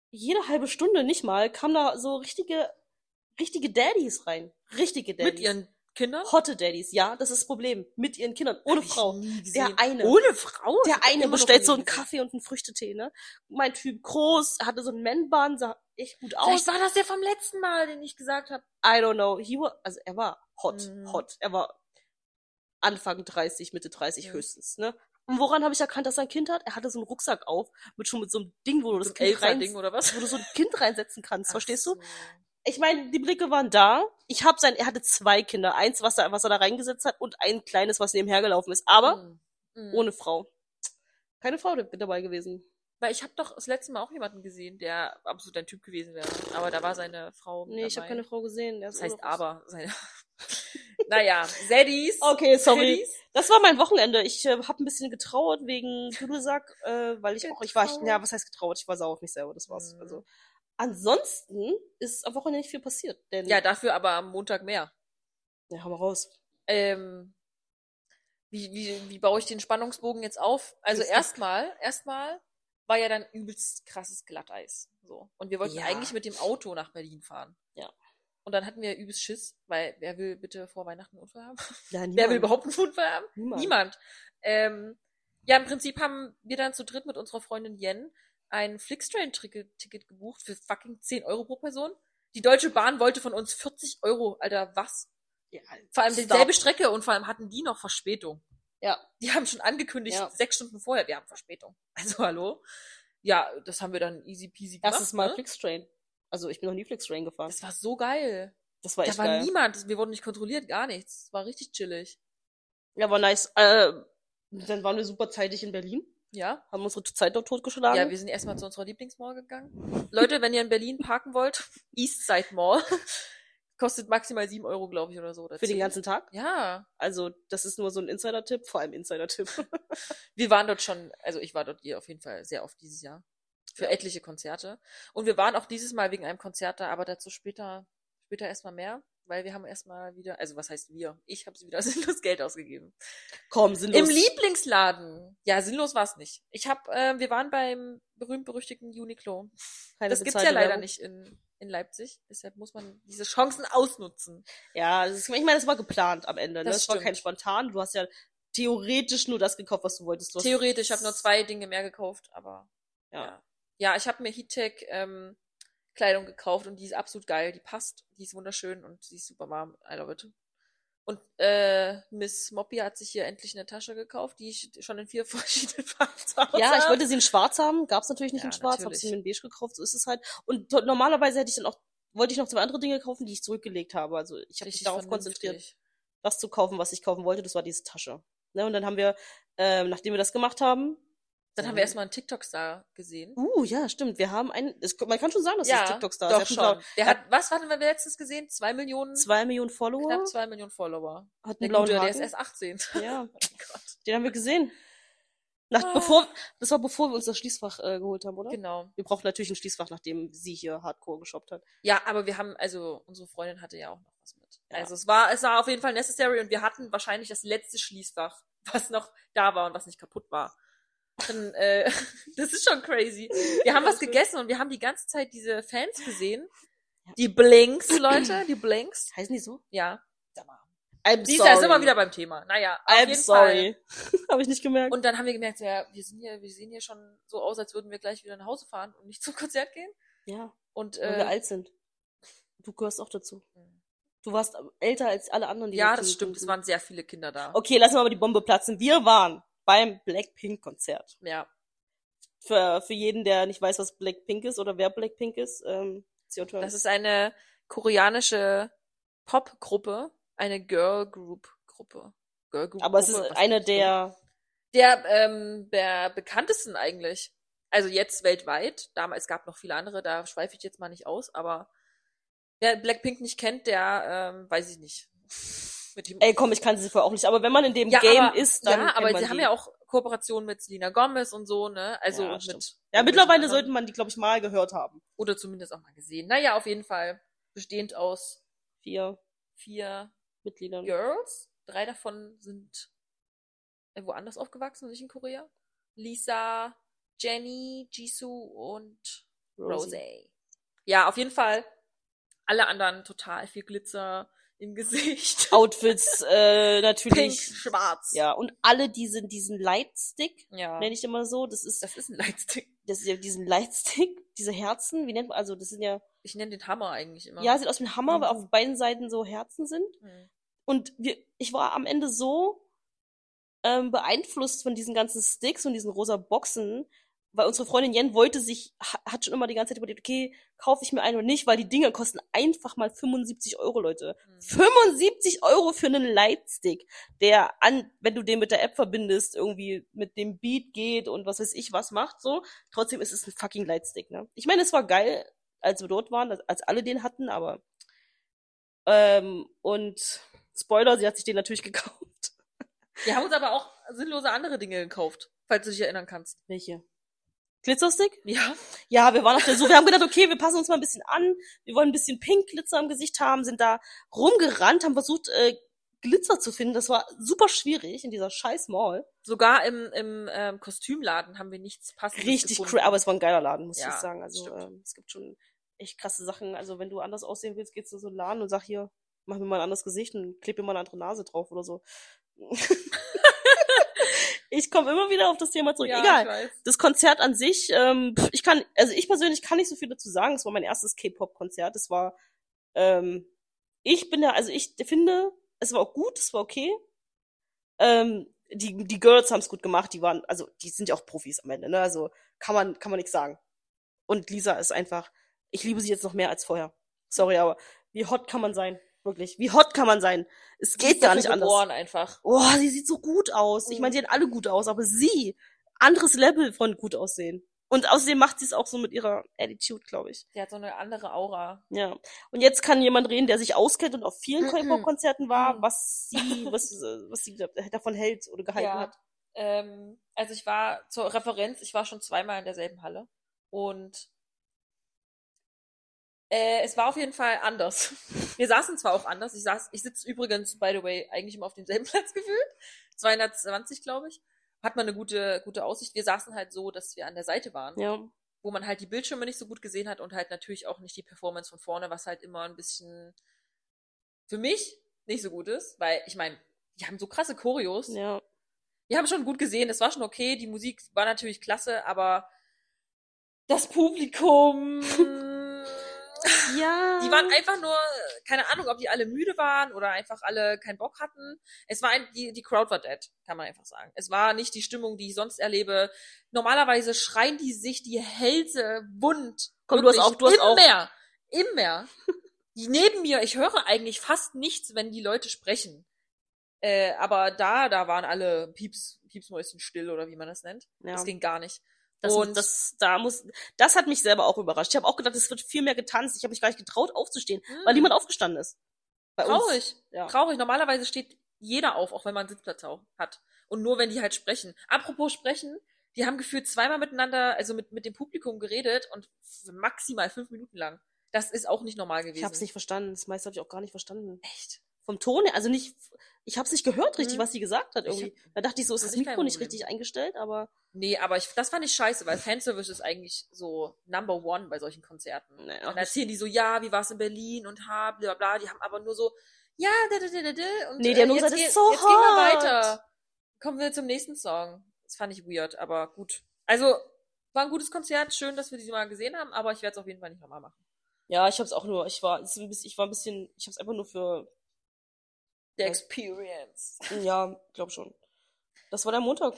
Speaker 2: jede halbe Stunde nicht mal, kam da so richtige, richtige Daddies rein. Richtige Daddies.
Speaker 1: Mit ihren Kindern?
Speaker 2: Hotte Daddies, ja, das ist das Problem. Mit ihren Kindern, ohne
Speaker 1: Hab ich
Speaker 2: Frau.
Speaker 1: nie
Speaker 2: Der
Speaker 1: gesehen.
Speaker 2: eine.
Speaker 1: Ohne Frau? Ich
Speaker 2: Der
Speaker 1: hab
Speaker 2: eine
Speaker 1: immer noch
Speaker 2: bestellt
Speaker 1: nie
Speaker 2: so einen
Speaker 1: gesehen.
Speaker 2: Kaffee und einen Früchtetee, ne? Mein Typ groß, hatte so einen Männbahn, sah echt gut aus.
Speaker 1: Vielleicht war das der vom letzten Mal, den ich gesagt habe.
Speaker 2: I don't know. He war, also er war hot,
Speaker 1: Mhm.
Speaker 2: hot. Er war Anfang 30, Mitte 30
Speaker 1: Mhm.
Speaker 2: höchstens, ne? Und woran habe ich erkannt, dass er ein Kind hat? Er hatte so einen Rucksack auf, mit schon mit so einem Ding, wo du das
Speaker 1: Das
Speaker 2: Kind rein,
Speaker 1: Elfer-Ding oder was?
Speaker 2: wo du so ein Kind reinsetzen kannst, verstehst du?
Speaker 1: Ach
Speaker 2: Ich meine, die Blicke waren da. Ich habe sein, er hatte zwei Kinder, eins, was er, was er da reingesetzt hat und ein kleines, was nebenher gelaufen ist,
Speaker 1: so.
Speaker 2: aber
Speaker 1: Hm. Hm.
Speaker 2: ohne Frau. Keine Frau dabei gewesen.
Speaker 1: Weil ich habe doch das letzte Mal auch jemanden gesehen, der absolut ein Typ gewesen wäre. Aber da war seine Frau.
Speaker 2: Nee, ich habe keine Frau gesehen. Er ist
Speaker 1: Das heißt
Speaker 2: unruhig.
Speaker 1: aber. Seine naja, Seddies.
Speaker 2: Okay, sorry.
Speaker 1: Seddies.
Speaker 2: Das war mein Wochenende. Ich äh, habe ein bisschen getrauert wegen Dudelsack, äh, weil ich auch, ich war, ich,
Speaker 1: Getrauert.
Speaker 2: ja, was heißt getrauert? Ich war sauer auf mich selber, das war's.
Speaker 1: Mhm.
Speaker 2: Also ansonsten ist am Wochenende nicht viel passiert, denn
Speaker 1: Ja, dafür aber am Montag mehr.
Speaker 2: ja, hau mal raus.
Speaker 1: Ähm, wie, wie, wie baue ich den Spannungsbogen jetzt auf? Also
Speaker 2: Ist-
Speaker 1: erstmal, erstmal war ja dann übelst krasses Glatteis. So. Und wir wollten
Speaker 2: Ja.
Speaker 1: eigentlich mit dem Auto nach Berlin fahren.
Speaker 2: Ja.
Speaker 1: Und dann hatten wir übelst Schiss, weil wer will bitte vor Weihnachten einen Unfall haben?
Speaker 2: Ja,
Speaker 1: Wer will überhaupt einen Unfall haben?
Speaker 2: niemand.
Speaker 1: Niemand. Ähm, ja, im Prinzip haben wir dann zu dritt mit unserer Freundin Jen ein Flixtrain-Ticket gebucht für fucking 10 Euro pro Person. Die Deutsche Bahn wollte von uns 40 Euro. Alter, was?
Speaker 2: Ja,
Speaker 1: Vor allem
Speaker 2: Stop.
Speaker 1: dieselbe Strecke und vor allem hatten die noch Verspätung.
Speaker 2: Ja.
Speaker 1: Die haben schon angekündigt,
Speaker 2: Ja.
Speaker 1: sechs Stunden vorher, wir haben Verspätung. Also hallo. Ja, das haben wir dann easy peasy gemacht.
Speaker 2: Erstes Mal
Speaker 1: ne?
Speaker 2: Flixtrain. Also ich bin noch nie Flixtrain gefahren. Das,
Speaker 1: Das war so geil.
Speaker 2: war
Speaker 1: Da
Speaker 2: echt
Speaker 1: war
Speaker 2: geil.
Speaker 1: niemand, wir wurden nicht kontrolliert, gar nichts. Das war richtig chillig.
Speaker 2: Ja, war nice. Äh, dann waren wir super zeitig in Berlin,
Speaker 1: Ja,
Speaker 2: haben unsere Zeit dort totgeschlagen.
Speaker 1: Ja, wir sind erstmal zu unserer Lieblingsmall gegangen. Leute, wenn ihr in Berlin parken wollt, Eastside Mall. Kostet maximal 7 Euro, glaube ich, oder so. Oder
Speaker 2: für den
Speaker 1: 10.
Speaker 2: ganzen Tag.
Speaker 1: Ja.
Speaker 2: Also, das ist nur so ein Insider-Tipp, vor allem Insider-Tipp.
Speaker 1: Wir waren dort schon, also ich war dort hier auf jeden Fall sehr oft dieses Jahr. Für etliche Konzerte. Und wir waren auch dieses Mal wegen einem Konzert da, aber dazu später, später erstmal mehr. Weil wir haben erstmal wieder, also was heißt wir? Ich habe wieder sinnlos Geld ausgegeben.
Speaker 2: Komm, sinnlos.
Speaker 1: Im Lieblingsladen. Ja, sinnlos war es nicht. Ich habe, äh, wir waren beim berühmt-berüchtigten Uniqlo.
Speaker 2: Keine
Speaker 1: Das gibt's
Speaker 2: bezahlte
Speaker 1: ja leider
Speaker 2: Werbung.
Speaker 1: nicht in, in Leipzig. Deshalb muss man diese Chancen ausnutzen.
Speaker 2: Ja, das ist, ich meine, das war geplant am Ende. Ne?
Speaker 1: Das
Speaker 2: Das, war
Speaker 1: stimmt.
Speaker 2: kein spontan. Du hast ja theoretisch nur das gekauft, was du wolltest. Du hast,
Speaker 1: Theoretisch, ich habe nur zwei Dinge mehr gekauft, aber
Speaker 2: Ja.
Speaker 1: ja. Ja, ich habe mir Heattech ähm, Kleidung gekauft und die ist absolut geil. Die passt, die ist wunderschön und sie ist super warm. I love it. Und äh, Miss Moppy hat sich hier endlich eine Tasche gekauft, die ich schon in vier verschiedenen Farben zu Hause
Speaker 2: Ja, ich
Speaker 1: habe.
Speaker 2: wollte sie in schwarz haben. Gab's natürlich nicht
Speaker 1: Ja,
Speaker 2: in schwarz. Hab
Speaker 1: natürlich.
Speaker 2: sie mir in beige gekauft. So ist es halt. Und to- normalerweise hätte ich dann auch, wollte ich noch zwei andere Dinge kaufen, die ich zurückgelegt habe. Also ich habe mich
Speaker 1: Richtig
Speaker 2: darauf
Speaker 1: vernünftig.
Speaker 2: konzentriert, das zu kaufen, was ich kaufen wollte. Das war diese Tasche. Ne? Und dann haben wir, ähm, nachdem wir das gemacht haben,
Speaker 1: Dann haben wir erstmal einen TikTok-Star gesehen.
Speaker 2: Uh, ja, stimmt. Wir haben einen, es, man kann schon sagen, dass das TikTok-Star
Speaker 1: doch
Speaker 2: ist. Er hat
Speaker 1: schon. Der hat, was hatten wir letztens gesehen? Zwei Millionen,
Speaker 2: zwei Millionen Follower,
Speaker 1: knapp zwei Millionen Follower.
Speaker 2: hat
Speaker 1: Der
Speaker 2: einen
Speaker 1: Gute,
Speaker 2: blauen
Speaker 1: der ist
Speaker 2: Haken.
Speaker 1: erst 18.
Speaker 2: Ja,
Speaker 1: Oh Gott.
Speaker 2: den haben wir gesehen. Nach,
Speaker 1: Ah.
Speaker 2: bevor, das war bevor wir uns das Schließfach äh, geholt haben, oder?
Speaker 1: Genau.
Speaker 2: Wir brauchen natürlich ein Schließfach, nachdem sie hier Hardcore geshoppt hat.
Speaker 1: Ja, aber wir haben, also unsere Freundin hatte ja auch noch was mit.
Speaker 2: Ja.
Speaker 1: Also es war, es war auf jeden Fall necessary und wir hatten wahrscheinlich das letzte Schließfach, was noch da war und was nicht kaputt war. Dann, äh, das ist schon crazy. Wir haben was gegessen und wir haben die ganze Zeit diese Fans gesehen.
Speaker 2: Ja.
Speaker 1: Die Blinks, Leute, die Blinks.
Speaker 2: Heißen die so?
Speaker 1: Ja.
Speaker 2: I'm
Speaker 1: Sie ist ja immer wieder beim Thema. Naja, auf
Speaker 2: I'm
Speaker 1: jeden Fall.
Speaker 2: sorry. Habe ich nicht gemerkt.
Speaker 1: Und dann haben wir gemerkt, so, ja, wir sind hier, wir sehen hier schon so aus, als würden wir gleich wieder nach Hause fahren und nicht zum Konzert gehen.
Speaker 2: ja,
Speaker 1: Und
Speaker 2: weil wir
Speaker 1: äh,
Speaker 2: alt sind. Du gehörst auch dazu. Du warst älter als alle anderen, die
Speaker 1: ja,
Speaker 2: jetzt
Speaker 1: das
Speaker 2: sind.
Speaker 1: stimmt. Es waren sehr viele Kinder da.
Speaker 2: Okay, lassen wir aber die Bombe platzen. Wir waren beim Blackpink-Konzert.
Speaker 1: Ja.
Speaker 2: für, für jeden, der nicht weiß, was Blackpink ist oder wer Blackpink ist, ähm, it's your turn.
Speaker 1: Das ist eine koreanische Popgruppe, eine Girl Group Gruppe. Girl Group
Speaker 2: Aber es ist
Speaker 1: Gruppe, was
Speaker 2: eine
Speaker 1: weiß ich.
Speaker 2: der,
Speaker 1: der ähm, der bekanntesten eigentlich. Also jetzt weltweit. Damals es gab noch viele andere, da schweife ich jetzt mal nicht aus, aber wer Blackpink nicht kennt, der ähm, weiß ich nicht. Mit dem
Speaker 2: ey komm, ich kannte sie vorher auch nicht, aber wenn man in dem
Speaker 1: Ja,
Speaker 2: Game
Speaker 1: aber-
Speaker 2: ist, dann
Speaker 1: ja,
Speaker 2: kennt
Speaker 1: aber
Speaker 2: man
Speaker 1: sie
Speaker 2: die.
Speaker 1: haben ja auch Kooperationen mit Selena Gomez und so, ne? Also
Speaker 2: Ja,
Speaker 1: und mit
Speaker 2: stimmt. Ja, mittlerweile
Speaker 1: anderen.
Speaker 2: sollte man die, glaube ich, mal gehört haben.
Speaker 1: oder zumindest auch mal gesehen. Naja, auf jeden Fall. Bestehend aus
Speaker 2: Vier
Speaker 1: vier
Speaker 2: Mitgliedern.
Speaker 1: Girls. Drei davon sind woanders aufgewachsen, nicht in Korea. Lisa, Jenny, Jisoo und Rose. Ja, auf jeden Fall. Alle anderen total viel Glitzer im Gesicht.
Speaker 2: Outfits, äh,
Speaker 1: Pink,
Speaker 2: natürlich.
Speaker 1: schwarz.
Speaker 2: Ja, und alle diesen, diesen Lightstick,
Speaker 1: ja.
Speaker 2: nenne ich immer so, das ist,
Speaker 1: Das ist ein Lightstick.
Speaker 2: das ist ja diesen Lightstick, diese Herzen, wie nennt man, also das sind ja,
Speaker 1: Ich nenne den Hammer Mhm. eigentlich immer.
Speaker 2: ja, sieht aus wie ein Hammer, weil auf beiden Seiten so Herzen sind.
Speaker 1: Hm.
Speaker 2: Und wir, ich war am Ende so ähm, beeinflusst von diesen ganzen Sticks und diesen rosa Boxen, weil unsere Freundin Jen wollte sich, ha- hat schon immer die ganze Zeit überlegt, okay, kaufe ich mir einen oder nicht, weil die Dinger kosten einfach mal 75 Euro, Leute.
Speaker 1: Hm.
Speaker 2: 75 Euro für einen Lightstick, der an, wenn du den mit der App verbindest, irgendwie mit dem Beat geht und was weiß ich was macht, so. Trotzdem ist es ein fucking Lightstick, ne? Ich meine, es war geil, als wir dort waren, als- als alle den hatten, aber ähm, und Spoiler, sie hat sich den natürlich gekauft.
Speaker 1: Wir haben uns aber auch sinnlose andere Dinge gekauft, falls du dich erinnern kannst.
Speaker 2: Welche? Glitzerstick?
Speaker 1: Ja.
Speaker 2: Ja, wir waren auf der Suche. Wir haben gedacht, okay, wir passen uns mal ein bisschen an. Wir wollen ein bisschen Pink-Glitzer im Gesicht haben, sind da rumgerannt, haben versucht, äh, Glitzer zu finden. Das war super schwierig in dieser scheiß Mall.
Speaker 1: Sogar im, im ähm, Kostümladen haben wir nichts passendes
Speaker 2: Richtig
Speaker 1: gefunden.
Speaker 2: cra- aber es war ein geiler Laden, muss
Speaker 1: Ja,
Speaker 2: ich sagen. Also
Speaker 1: stimmt.
Speaker 2: ähm, es gibt schon echt krasse Sachen. Also wenn du anders aussehen willst, gehst du in so einen Laden und sag hier, mach mir mal ein anderes Gesicht und kleb mir mal eine andere Nase drauf oder so. ich komme immer wieder auf das Thema zurück.
Speaker 1: ja,
Speaker 2: Egal.
Speaker 1: Ich weiß.
Speaker 2: das Konzert an sich, ähm, pf, ich kann, also ich persönlich kann nicht so viel dazu sagen. Es war mein erstes K-Pop-Konzert. Es war, ähm, ich bin da, also ich finde, es war auch gut, es war okay. Ähm, die, die Girls haben es gut gemacht, die waren, also die sind ja auch Profis am Ende, ne? Also kann man, kann man nichts sagen. Und Lisa ist einfach, ich liebe sie jetzt noch mehr als vorher. Sorry, aber wie hot kann man sein? Wirklich, wie hot kann man sein? Es geht gar nicht anders.
Speaker 1: geboren einfach.
Speaker 2: Oh, sie sieht so gut aus. Ich
Speaker 1: Mhm.
Speaker 2: meine, sie sehen alle gut aus, aber sie, anderes Level von gut aussehen. Und außerdem macht sie es auch so mit ihrer Attitude, glaube ich.
Speaker 1: Die hat so eine andere Aura.
Speaker 2: Ja. Und jetzt kann jemand reden, der sich auskennt und auf vielen
Speaker 1: Mhm.
Speaker 2: K-Pop-Konzerten war,
Speaker 1: Mhm.
Speaker 2: was sie, was, äh, was sie da- davon hält oder gehalten
Speaker 1: Ja.
Speaker 2: hat.
Speaker 1: Ähm, also ich war zur Referenz, ich war schon zweimal in derselben Halle und Äh, es war auf jeden Fall anders. Wir saßen zwar auch anders. Ich saß, ich sitze übrigens, by the way, eigentlich immer auf demselben Platz gefühlt. 220, glaube ich. Hat man eine gute, gute Aussicht. Wir saßen halt so, dass wir an der Seite waren,
Speaker 2: Ja.
Speaker 1: wo man halt die Bildschirme nicht so gut gesehen hat und halt natürlich auch nicht die Performance von vorne, was halt immer ein bisschen für mich nicht so gut ist, weil ich meine, die haben so krasse Choreos.
Speaker 2: Ja.
Speaker 1: Wir haben schon gut gesehen, es war schon okay, die Musik war natürlich klasse, aber das Publikum.
Speaker 2: Ja.
Speaker 1: Die waren einfach nur, keine Ahnung, ob die alle müde waren oder einfach alle keinen Bock hatten. Es war ein, die, die Crowd war dead, kann man einfach sagen. Es war nicht die Stimmung, die ich sonst erlebe. Normalerweise schreien die sich die Hälse wund.
Speaker 2: Komm, du hast auch- du hast auch-
Speaker 1: immer, immer. Die neben mir, ich höre eigentlich fast nichts, wenn die Leute sprechen. Äh, aber da, da waren alle Pieps, Piepsmäuschen still oder wie man das nennt.
Speaker 2: ja.
Speaker 1: Das ging gar nicht.
Speaker 2: Das,
Speaker 1: Und-
Speaker 2: das, da muss, das hat mich selber auch überrascht. Ich habe auch gedacht, es wird viel mehr getanzt. Ich habe mich gar nicht getraut, aufzustehen, weil niemand aufgestanden ist. Bei uns.
Speaker 1: hm, Mhm. Traurig.
Speaker 2: Ja.
Speaker 1: Traurig. Normalerweise steht jeder auf, auch wenn man Sitzplatz au- hat. Und nur wenn die halt sprechen. Apropos sprechen, die haben gefühlt zweimal miteinander, also mit, mit dem Publikum geredet und f- maximal fünf Minuten lang. Das ist auch nicht normal gewesen.
Speaker 2: Ich habe es nicht verstanden. Das meiste habe ich auch gar nicht verstanden.
Speaker 1: Echt?
Speaker 2: Vom Ton, her, also nicht, ich habe es nicht gehört richtig,
Speaker 1: Mhm.
Speaker 2: was sie gesagt hat
Speaker 1: Ich
Speaker 2: irgendwie. da dachte ich so, ist
Speaker 1: hab
Speaker 2: das
Speaker 1: ich kein
Speaker 2: Mikro nicht
Speaker 1: Problem.
Speaker 2: richtig eingestellt, aber
Speaker 1: Nee, aber ich, das fand ich scheiße, weil Fanservice ist eigentlich so number one bei solchen Konzerten.
Speaker 2: Nee, auch
Speaker 1: und dann erzählen die so, ja, wie war's in Berlin und ha, bla bla, die haben aber nur so, ja, da, da, da, da, da. Und, äh,
Speaker 2: Nee, die haben nur
Speaker 1: jetzt
Speaker 2: gesagt, das
Speaker 1: geh-
Speaker 2: ist so
Speaker 1: Jetzt gehen wir
Speaker 2: hart.
Speaker 1: weiter. Kommen wir zum nächsten Song. Das fand ich weird, aber gut. Also, war ein gutes Konzert, schön, dass wir die mal gesehen haben, aber ich werde es auf jeden Fall nicht nochmal machen.
Speaker 2: ja, ich habe es auch nur, ich war, es ist ein bisschen- ich war ein bisschen, ich habe es einfach nur für,
Speaker 1: The
Speaker 2: Ja.
Speaker 1: Experience.
Speaker 2: ja, glaub schon. Das war der Montag.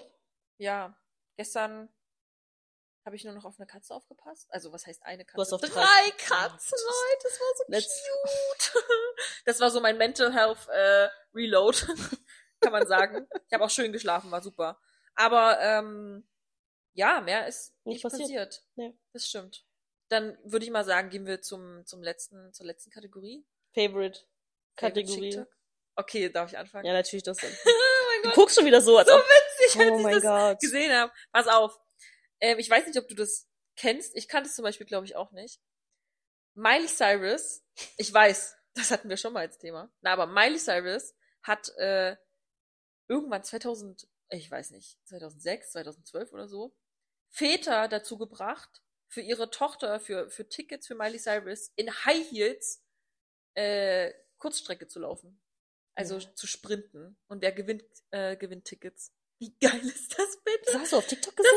Speaker 1: Ja, gestern habe ich nur noch auf eine Katze aufgepasst. Also, was heißt eine Katze?
Speaker 2: hast auf
Speaker 1: drei,
Speaker 2: drei-
Speaker 1: Katzen, Leute, das war so
Speaker 2: Let's-
Speaker 1: cute. Das war so mein Mental Health äh, Reload, kann man sagen. ich habe auch schön geschlafen, war super. Aber ähm, ja, mehr ist
Speaker 2: Nicht
Speaker 1: nicht
Speaker 2: passiert.
Speaker 1: passiert.
Speaker 2: Nee.
Speaker 1: Das stimmt. Dann würde ich mal sagen, gehen wir zum, zum letzten, zur letzten Kategorie.
Speaker 2: Favorite Kategorie.
Speaker 1: TikTok. Okay, darf ich anfangen?
Speaker 2: Ja, natürlich das dann.
Speaker 1: Oh
Speaker 2: Du
Speaker 1: mein Gott,
Speaker 2: guckst schon wieder so, als
Speaker 1: So
Speaker 2: ob,
Speaker 1: ich, als
Speaker 2: oh
Speaker 1: ich
Speaker 2: mein
Speaker 1: das
Speaker 2: Gott.
Speaker 1: gesehen habe. Pass auf. Ähm, ich weiß nicht, ob du das kennst. Ich kannte es zum Beispiel, glaube ich, auch nicht. Miley Cyrus, ich weiß, das hatten wir schon mal als Thema. Na, aber Miley Cyrus hat äh, irgendwann 2000, ich weiß nicht, 2006, 2012 oder so, Väter dazu gebracht, für ihre Tochter, für, für Tickets für Miley Cyrus in High Heels äh, Kurzstrecke zu laufen. Also
Speaker 2: Ja.
Speaker 1: zu sprinten. Und wer gewinnt, äh, gewinnt Tickets. Wie geil ist das bitte?
Speaker 2: Das hast du auf TikTok gesehen?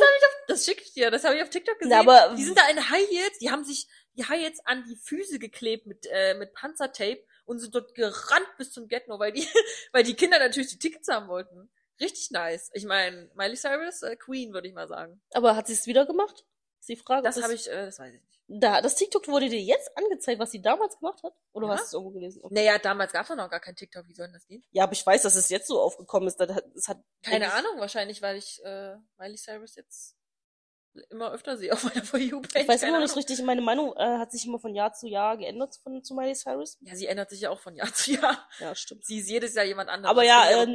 Speaker 1: Das schicke ich dir, das habe ich auf TikTok gesehen.
Speaker 2: Na, aber-
Speaker 1: die sind da in High Heels, die haben sich die High Heels an die Füße geklebt mit, äh, mit Panzertape und sind dort gerannt bis zum Get-No, weil die, weil die Kinder natürlich die Tickets haben wollten. Richtig nice. Ich meine, Miley Cyrus, äh, Queen, würde ich mal sagen.
Speaker 2: Aber hat sie es wieder gemacht? Ist die Frage. ob
Speaker 1: Das habe ich, äh, das weiß ich nicht.
Speaker 2: Da, das TikTok wurde dir jetzt angezeigt, was sie damals gemacht hat? Oder
Speaker 1: Ja.
Speaker 2: hast du es irgendwo gelesen? Okay.
Speaker 1: Naja, damals gab es noch gar kein TikTok, wie soll denn das gehen?
Speaker 2: Ja, aber ich weiß, dass es jetzt so aufgekommen ist. Das hat, das hat
Speaker 1: Keine
Speaker 2: Ich-
Speaker 1: Ahnung, wahrscheinlich, weil ich äh, Miley Cyrus jetzt immer öfter sehe auf meiner For You-Page.
Speaker 2: Ich weiß
Speaker 1: Keine
Speaker 2: immer noch nicht
Speaker 1: Ahnung.
Speaker 2: richtig, meine Meinung äh, hat sich immer von Jahr zu Jahr geändert von, zu Miley Cyrus.
Speaker 1: Ja, sie ändert sich ja auch von Jahr zu Jahr.
Speaker 2: Ja, stimmt.
Speaker 1: Sie ist jedes Jahr jemand anderes.
Speaker 2: Aber ja,
Speaker 1: Finde ich
Speaker 2: äh,
Speaker 1: auch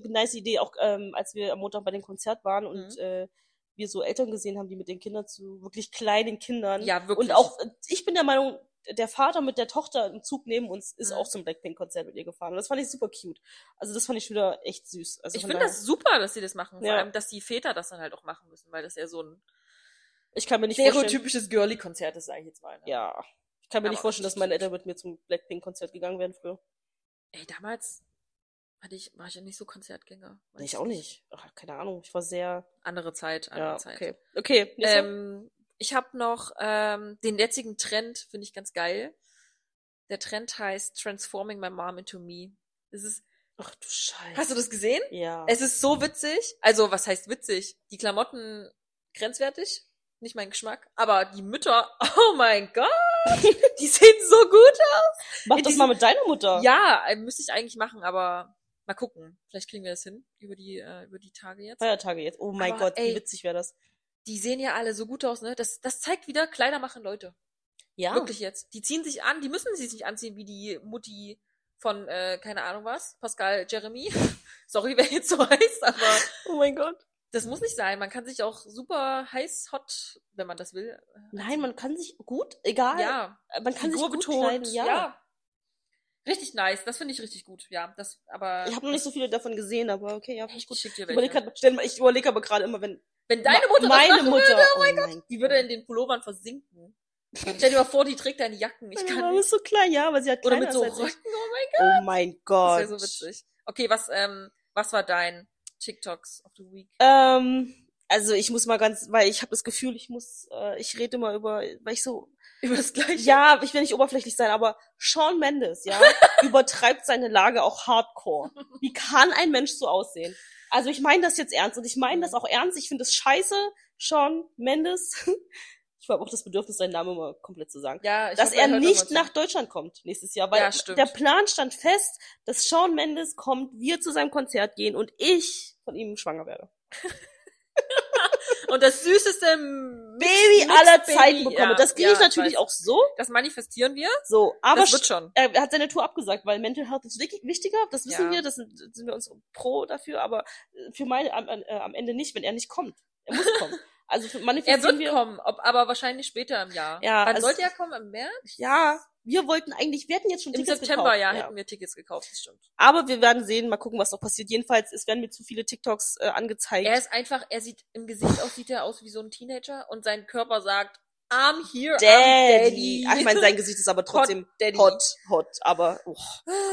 Speaker 2: nice, nice Idee, auch ähm, als wir am Montag bei dem Konzert waren und
Speaker 1: Mhm.
Speaker 2: äh, wir so Eltern gesehen haben, die mit den Kindern zu wirklich kleinen Kindern.
Speaker 1: Ja, wirklich. Also
Speaker 2: Und auch, äh, ich bin der Meinung, der Vater mit der Tochter im Zug neben uns ist
Speaker 1: Mhm.
Speaker 2: auch zum Blackpink-Konzert mit ihr gefahren. Das fand ich super cute. Also das fand ich wieder echt süß. Also
Speaker 1: ich
Speaker 2: von
Speaker 1: finde
Speaker 2: daher-
Speaker 1: das super, dass sie das machen.
Speaker 2: Ja.
Speaker 1: Vor allem, dass die Väter das dann halt auch machen müssen, weil das ja so ein
Speaker 2: Ich kann mir nicht vorstellen.
Speaker 1: stereotypisches Girly-Konzert ist, sage ich jetzt mal. ne?
Speaker 2: Ja. Ich kann mir nicht
Speaker 1: Aber-
Speaker 2: vorstellen, dass meine Eltern mit mir zum Blackpink-Konzert gegangen wären früher.
Speaker 1: Ey, damals hatte ich, war ich ja nicht so Konzertgänger. Weiß
Speaker 2: Nee, ich auch nicht. Ach, keine Ahnung. Ich war sehr.
Speaker 1: Andere Zeit, andere
Speaker 2: Ja,
Speaker 1: Zeit.
Speaker 2: okay. Okay. nächster.
Speaker 1: Ähm, ich habe noch ähm, den jetzigen Trend, finde ich ganz geil. Der Trend heißt Transforming My Mom into Me. Es ist,
Speaker 2: Ach du Scheiße.
Speaker 1: hast du das gesehen?
Speaker 2: Ja.
Speaker 1: Es ist so witzig. Also, was heißt witzig? Die Klamotten grenzwertig. Nicht mein Geschmack. Aber die Mütter, oh mein Gott, die sehen so gut
Speaker 2: Mach
Speaker 1: in
Speaker 2: das
Speaker 1: diesem-
Speaker 2: mal mit deiner Mutter.
Speaker 1: aus. Ja, äh, müsste ich eigentlich machen, aber mal gucken. Vielleicht kriegen wir das hin über die, äh, über die Tage jetzt.
Speaker 2: Feiertage jetzt. Oh mein
Speaker 1: Aber,
Speaker 2: Gott, wie
Speaker 1: ey.
Speaker 2: witzig wäre das.
Speaker 1: Die sehen ja alle so gut aus, ne? Das, das zeigt wieder, Kleider machen Leute.
Speaker 2: Ja.
Speaker 1: Wirklich jetzt. Die ziehen sich an, die müssen sich nicht anziehen wie die Mutti von, äh, keine Ahnung was, Pascal Jeremy. Sorry, wer jetzt so heißt, aber
Speaker 2: Oh mein Gott.
Speaker 1: Das muss nicht sein. Man kann sich auch super heiß, hot, wenn man das will.
Speaker 2: Nein, man kann sich gut, egal.
Speaker 1: Ja.
Speaker 2: man kann sich
Speaker 1: Figur
Speaker 2: gut kleiden, ja.
Speaker 1: Richtig nice. Das finde ich richtig gut. Ja, das, aber.
Speaker 2: Ich habe noch nicht so viele davon gesehen, aber okay, ja, finde ich
Speaker 1: Echt? Ich
Speaker 2: gut.
Speaker 1: schick dir
Speaker 2: Ich überlege
Speaker 1: welche.
Speaker 2: grad- stell mal- ich überlege aber gerade immer, wenn
Speaker 1: Wenn deine
Speaker 2: Ma-
Speaker 1: Mutter das
Speaker 2: meine
Speaker 1: machen
Speaker 2: Mutter,
Speaker 1: würde,
Speaker 2: oh mein Gott,
Speaker 1: die würde in den Pullovern versinken. Stell dir mal vor, die trägt deine Jacken. Ich
Speaker 2: meine
Speaker 1: kann
Speaker 2: Mama
Speaker 1: nicht.
Speaker 2: ist so klein, ja, weil sie hat
Speaker 1: Oder mit so
Speaker 2: kleiner ist als
Speaker 1: Röcken. Oh mein
Speaker 2: ich. Oh mein Gott.
Speaker 1: Gott. Das wäre so witzig. Okay, was, ähm, was war dein TikToks of the Week?
Speaker 2: Ähm, also ich muss mal ganz, weil ich habe das Gefühl, ich muss, äh, ich rede immer über, weil ich so,
Speaker 1: Über das gleiche.
Speaker 2: ja, ich will nicht oberflächlich sein, aber Sean Mendes, ja, übertreibt seine Lage auch hardcore. Wie kann ein Mensch so aussehen? Also ich meine das jetzt ernst und ich meine
Speaker 1: Mhm.
Speaker 2: das auch ernst. Ich finde es scheiße, Sean Mendes. Ich habe auch das Bedürfnis, seinen Namen mal komplett zu sagen.
Speaker 1: ja ich
Speaker 2: dass
Speaker 1: hoffe,
Speaker 2: er
Speaker 1: hört
Speaker 2: nicht
Speaker 1: nochmal
Speaker 2: nach Deutschland kommt nächstes Jahr, weil
Speaker 1: Ja, stimmt.
Speaker 2: der Plan stand fest, dass Sean Mendes kommt, wir zu seinem Konzert gehen und ich von ihm schwanger werde.
Speaker 1: zu. Und das süßeste
Speaker 2: Baby
Speaker 1: Mix-
Speaker 2: aller
Speaker 1: Baby,
Speaker 2: Zeiten bekomme.
Speaker 1: ja,
Speaker 2: das kriege ich
Speaker 1: ja,
Speaker 2: natürlich
Speaker 1: weiß.
Speaker 2: auch so,
Speaker 1: Das manifestieren wir.
Speaker 2: so, aber äh,
Speaker 1: das wird schon.
Speaker 2: er hat seine Tour abgesagt, weil Mental Health ist wirklich wichtiger, das wissen
Speaker 1: Ja.
Speaker 2: wir, das sind, sind wir uns pro dafür, aber äh, für meine am, äh, am Ende nicht, wenn er nicht kommt. Er muss kommen. Also für- manifestieren
Speaker 1: Er wird
Speaker 2: wir,
Speaker 1: kommen, ob, aber wahrscheinlich später im Jahr.
Speaker 2: Ja,
Speaker 1: Wann
Speaker 2: also-
Speaker 1: sollte er kommen? Im März?
Speaker 2: ja, wir wollten eigentlich, wir hätten jetzt schon
Speaker 1: Im
Speaker 2: Tickets
Speaker 1: September,
Speaker 2: gekauft.
Speaker 1: ja, hätten wir Tickets gekauft, das stimmt.
Speaker 2: Aber wir werden sehen, mal gucken, was noch passiert. Jedenfalls, es werden mir zu viele TikToks äh, angezeigt.
Speaker 1: Er ist einfach, er sieht im Gesicht aus, sieht er aus wie so ein Teenager und sein Körper sagt, I'm here, I'm
Speaker 2: Daddy.
Speaker 1: Daddy.
Speaker 2: Ach, ich meine, sein Gesicht ist aber trotzdem
Speaker 1: Hot Daddy.
Speaker 2: hot, hot, aber oh.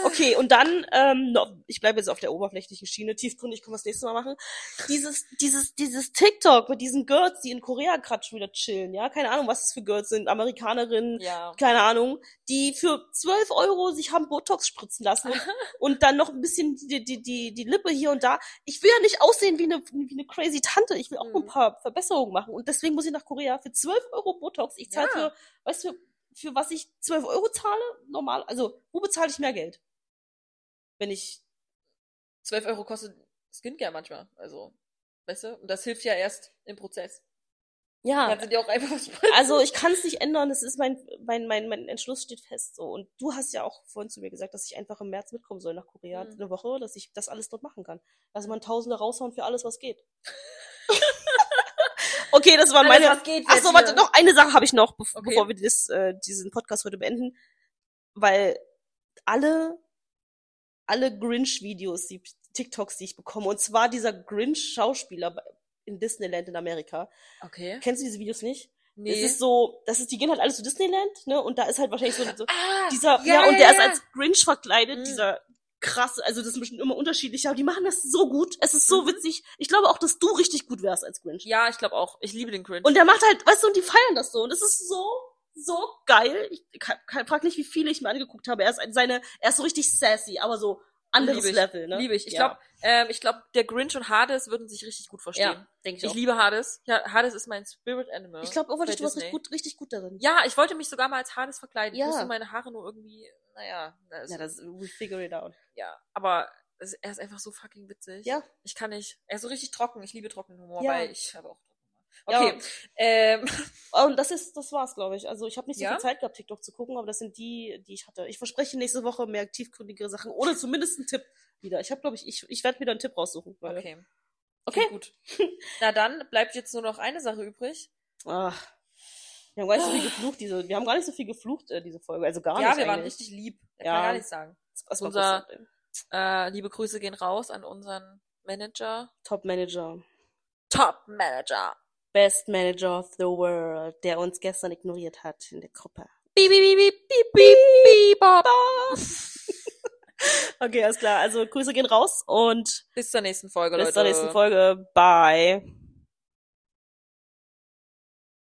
Speaker 2: okay. Und dann, ähm, noch, ich bleibe jetzt auf der oberflächlichen Schiene, tiefgründig können wir das nächste Mal machen. Dieses, dieses, dieses TikTok mit diesen Girls, die in Korea gerade schon wieder chillen, ja, keine Ahnung, was es für Girls sind, Amerikanerinnen,
Speaker 1: Ja.
Speaker 2: keine Ahnung, die für 12 Euro sich haben Botox spritzen lassen und, und dann noch ein bisschen die, die, die, die Lippe hier und da. Ich will ja nicht aussehen wie eine, wie eine crazy Tante. Ich will auch
Speaker 1: Mhm.
Speaker 2: ein paar Verbesserungen machen. Und deswegen muss ich nach Korea für 12 Euro Botox. Ich zahle
Speaker 1: Ja.
Speaker 2: für, weißt du, für was ich 12 Euro zahle? Normal, also wo bezahle ich mehr Geld? Wenn ich,
Speaker 1: 12 Euro kostet Skincare manchmal, also, weißt du? Und das hilft ja erst im Prozess.
Speaker 2: ja,
Speaker 1: Kannst du dir auch einfach was spritzen.
Speaker 2: Also ich kann es nicht ändern, es ist mein, mein, mein, mein Entschluss steht fest so. Und du hast ja auch vorhin zu mir gesagt, dass ich einfach im März mitkommen soll nach Korea,
Speaker 1: Mhm.
Speaker 2: eine Woche, dass ich das alles dort machen kann. Also man Tausende raushauen für alles, was geht. okay, das waren
Speaker 1: Alles,
Speaker 2: meine.
Speaker 1: was geht,
Speaker 2: Ach so,
Speaker 1: wird
Speaker 2: warte,
Speaker 1: hier.
Speaker 2: noch eine Sache habe ich noch, bev
Speaker 1: Okay.
Speaker 2: bevor wir das, äh, diesen Podcast heute beenden, weil alle alle Grinch-Videos, die TikToks, die ich bekomme, und zwar dieser Grinch-Schauspieler bei- in Disneyland in Amerika.
Speaker 1: Okay.
Speaker 2: Kennst du diese Videos nicht?
Speaker 1: Nee.
Speaker 2: Es ist so, das ist, die gehen halt alle zu Disneyland, ne? Und da ist halt wahrscheinlich so, so
Speaker 1: ah,
Speaker 2: dieser, ja, und der ist als Grinch verkleidet,
Speaker 1: Mhm.
Speaker 2: dieser krasse, also das ist bestimmt immer unterschiedlich, aber die machen das so gut. Es ist so
Speaker 1: Mhm.
Speaker 2: witzig. Ich glaube auch, dass du richtig gut wärst als Grinch.
Speaker 1: Ja, ich glaube auch. Ich liebe den Cringe.
Speaker 2: Und der macht halt, weißt du, und die feiern das so. Und das ist so, so geil. Ich kann, kann, frag nicht, wie viele ich mir angeguckt habe. Er ist ein- seine, er ist so richtig sassy, aber so anderes
Speaker 1: Liebe ich.
Speaker 2: Level, ne?
Speaker 1: Liebe ich. Ich
Speaker 2: Ja.
Speaker 1: glaube, ähm, ich glaube, der Grinch und Hades würden sich richtig gut verstehen.
Speaker 2: Ja, denke ich
Speaker 1: Ich
Speaker 2: auch.
Speaker 1: liebe Hades. Ja, Hades ist mein Spirit Animal.
Speaker 2: Ich glaube,
Speaker 1: bei
Speaker 2: irgendwann, du warst
Speaker 1: Disney.
Speaker 2: richtig gut, richtig gut darin.
Speaker 1: Ja, ich wollte mich sogar mal als Hades verkleiden.
Speaker 2: Ja.
Speaker 1: Ich musste meine Haare nur irgendwie, naja, na, ist,
Speaker 2: Ja,
Speaker 1: ja,
Speaker 2: das, we figure it out.
Speaker 1: aber es, er ist einfach so fucking witzig.
Speaker 2: Ja.
Speaker 1: Ich kann nicht. Er ist so richtig trocken. Ich liebe trockenen Humor,
Speaker 2: Ja.
Speaker 1: weil ich habe auch
Speaker 2: Ja.
Speaker 1: trockenen Humor. Okay. Ähm,
Speaker 2: Und das ist, das war's, glaube ich. Also ich habe nicht so
Speaker 1: Ja?
Speaker 2: viel Zeit gehabt, TikTok zu gucken, aber das sind die, die ich hatte. Ich verspreche nächste Woche mehr tiefgründigere Sachen oder zumindest einen Tipp wieder. Ich habe, glaube ich, ich, ich werde mir da einen Tipp raussuchen. Weil,
Speaker 1: okay.
Speaker 2: Okay.
Speaker 1: Gut. Na dann bleibt jetzt nur noch eine Sache übrig.
Speaker 2: Ach, wir haben gar nicht so viel geflucht, diese, wir haben gar nicht so viel geflucht, äh, diese Folge. Also gar
Speaker 1: ja,
Speaker 2: nicht.
Speaker 1: wir waren
Speaker 2: eigentlich.
Speaker 1: richtig lieb. Ich
Speaker 2: Ja.
Speaker 1: kann gar nichts sagen.
Speaker 2: Das war
Speaker 1: unser-
Speaker 2: bloß ein
Speaker 1: Äh, liebe Grüße gehen raus an unseren Manager.
Speaker 2: Top Manager.
Speaker 1: Top Manager.
Speaker 2: Best Manager of the World, der uns gestern ignoriert hat in der Gruppe.
Speaker 1: Beep, beep, beep, beep, beep, beep, bop.
Speaker 2: Okay, alles klar. Also Grüße gehen raus und
Speaker 1: Bis zur nächsten Folge, Leute.
Speaker 2: bis zur nächsten Folge. Bye.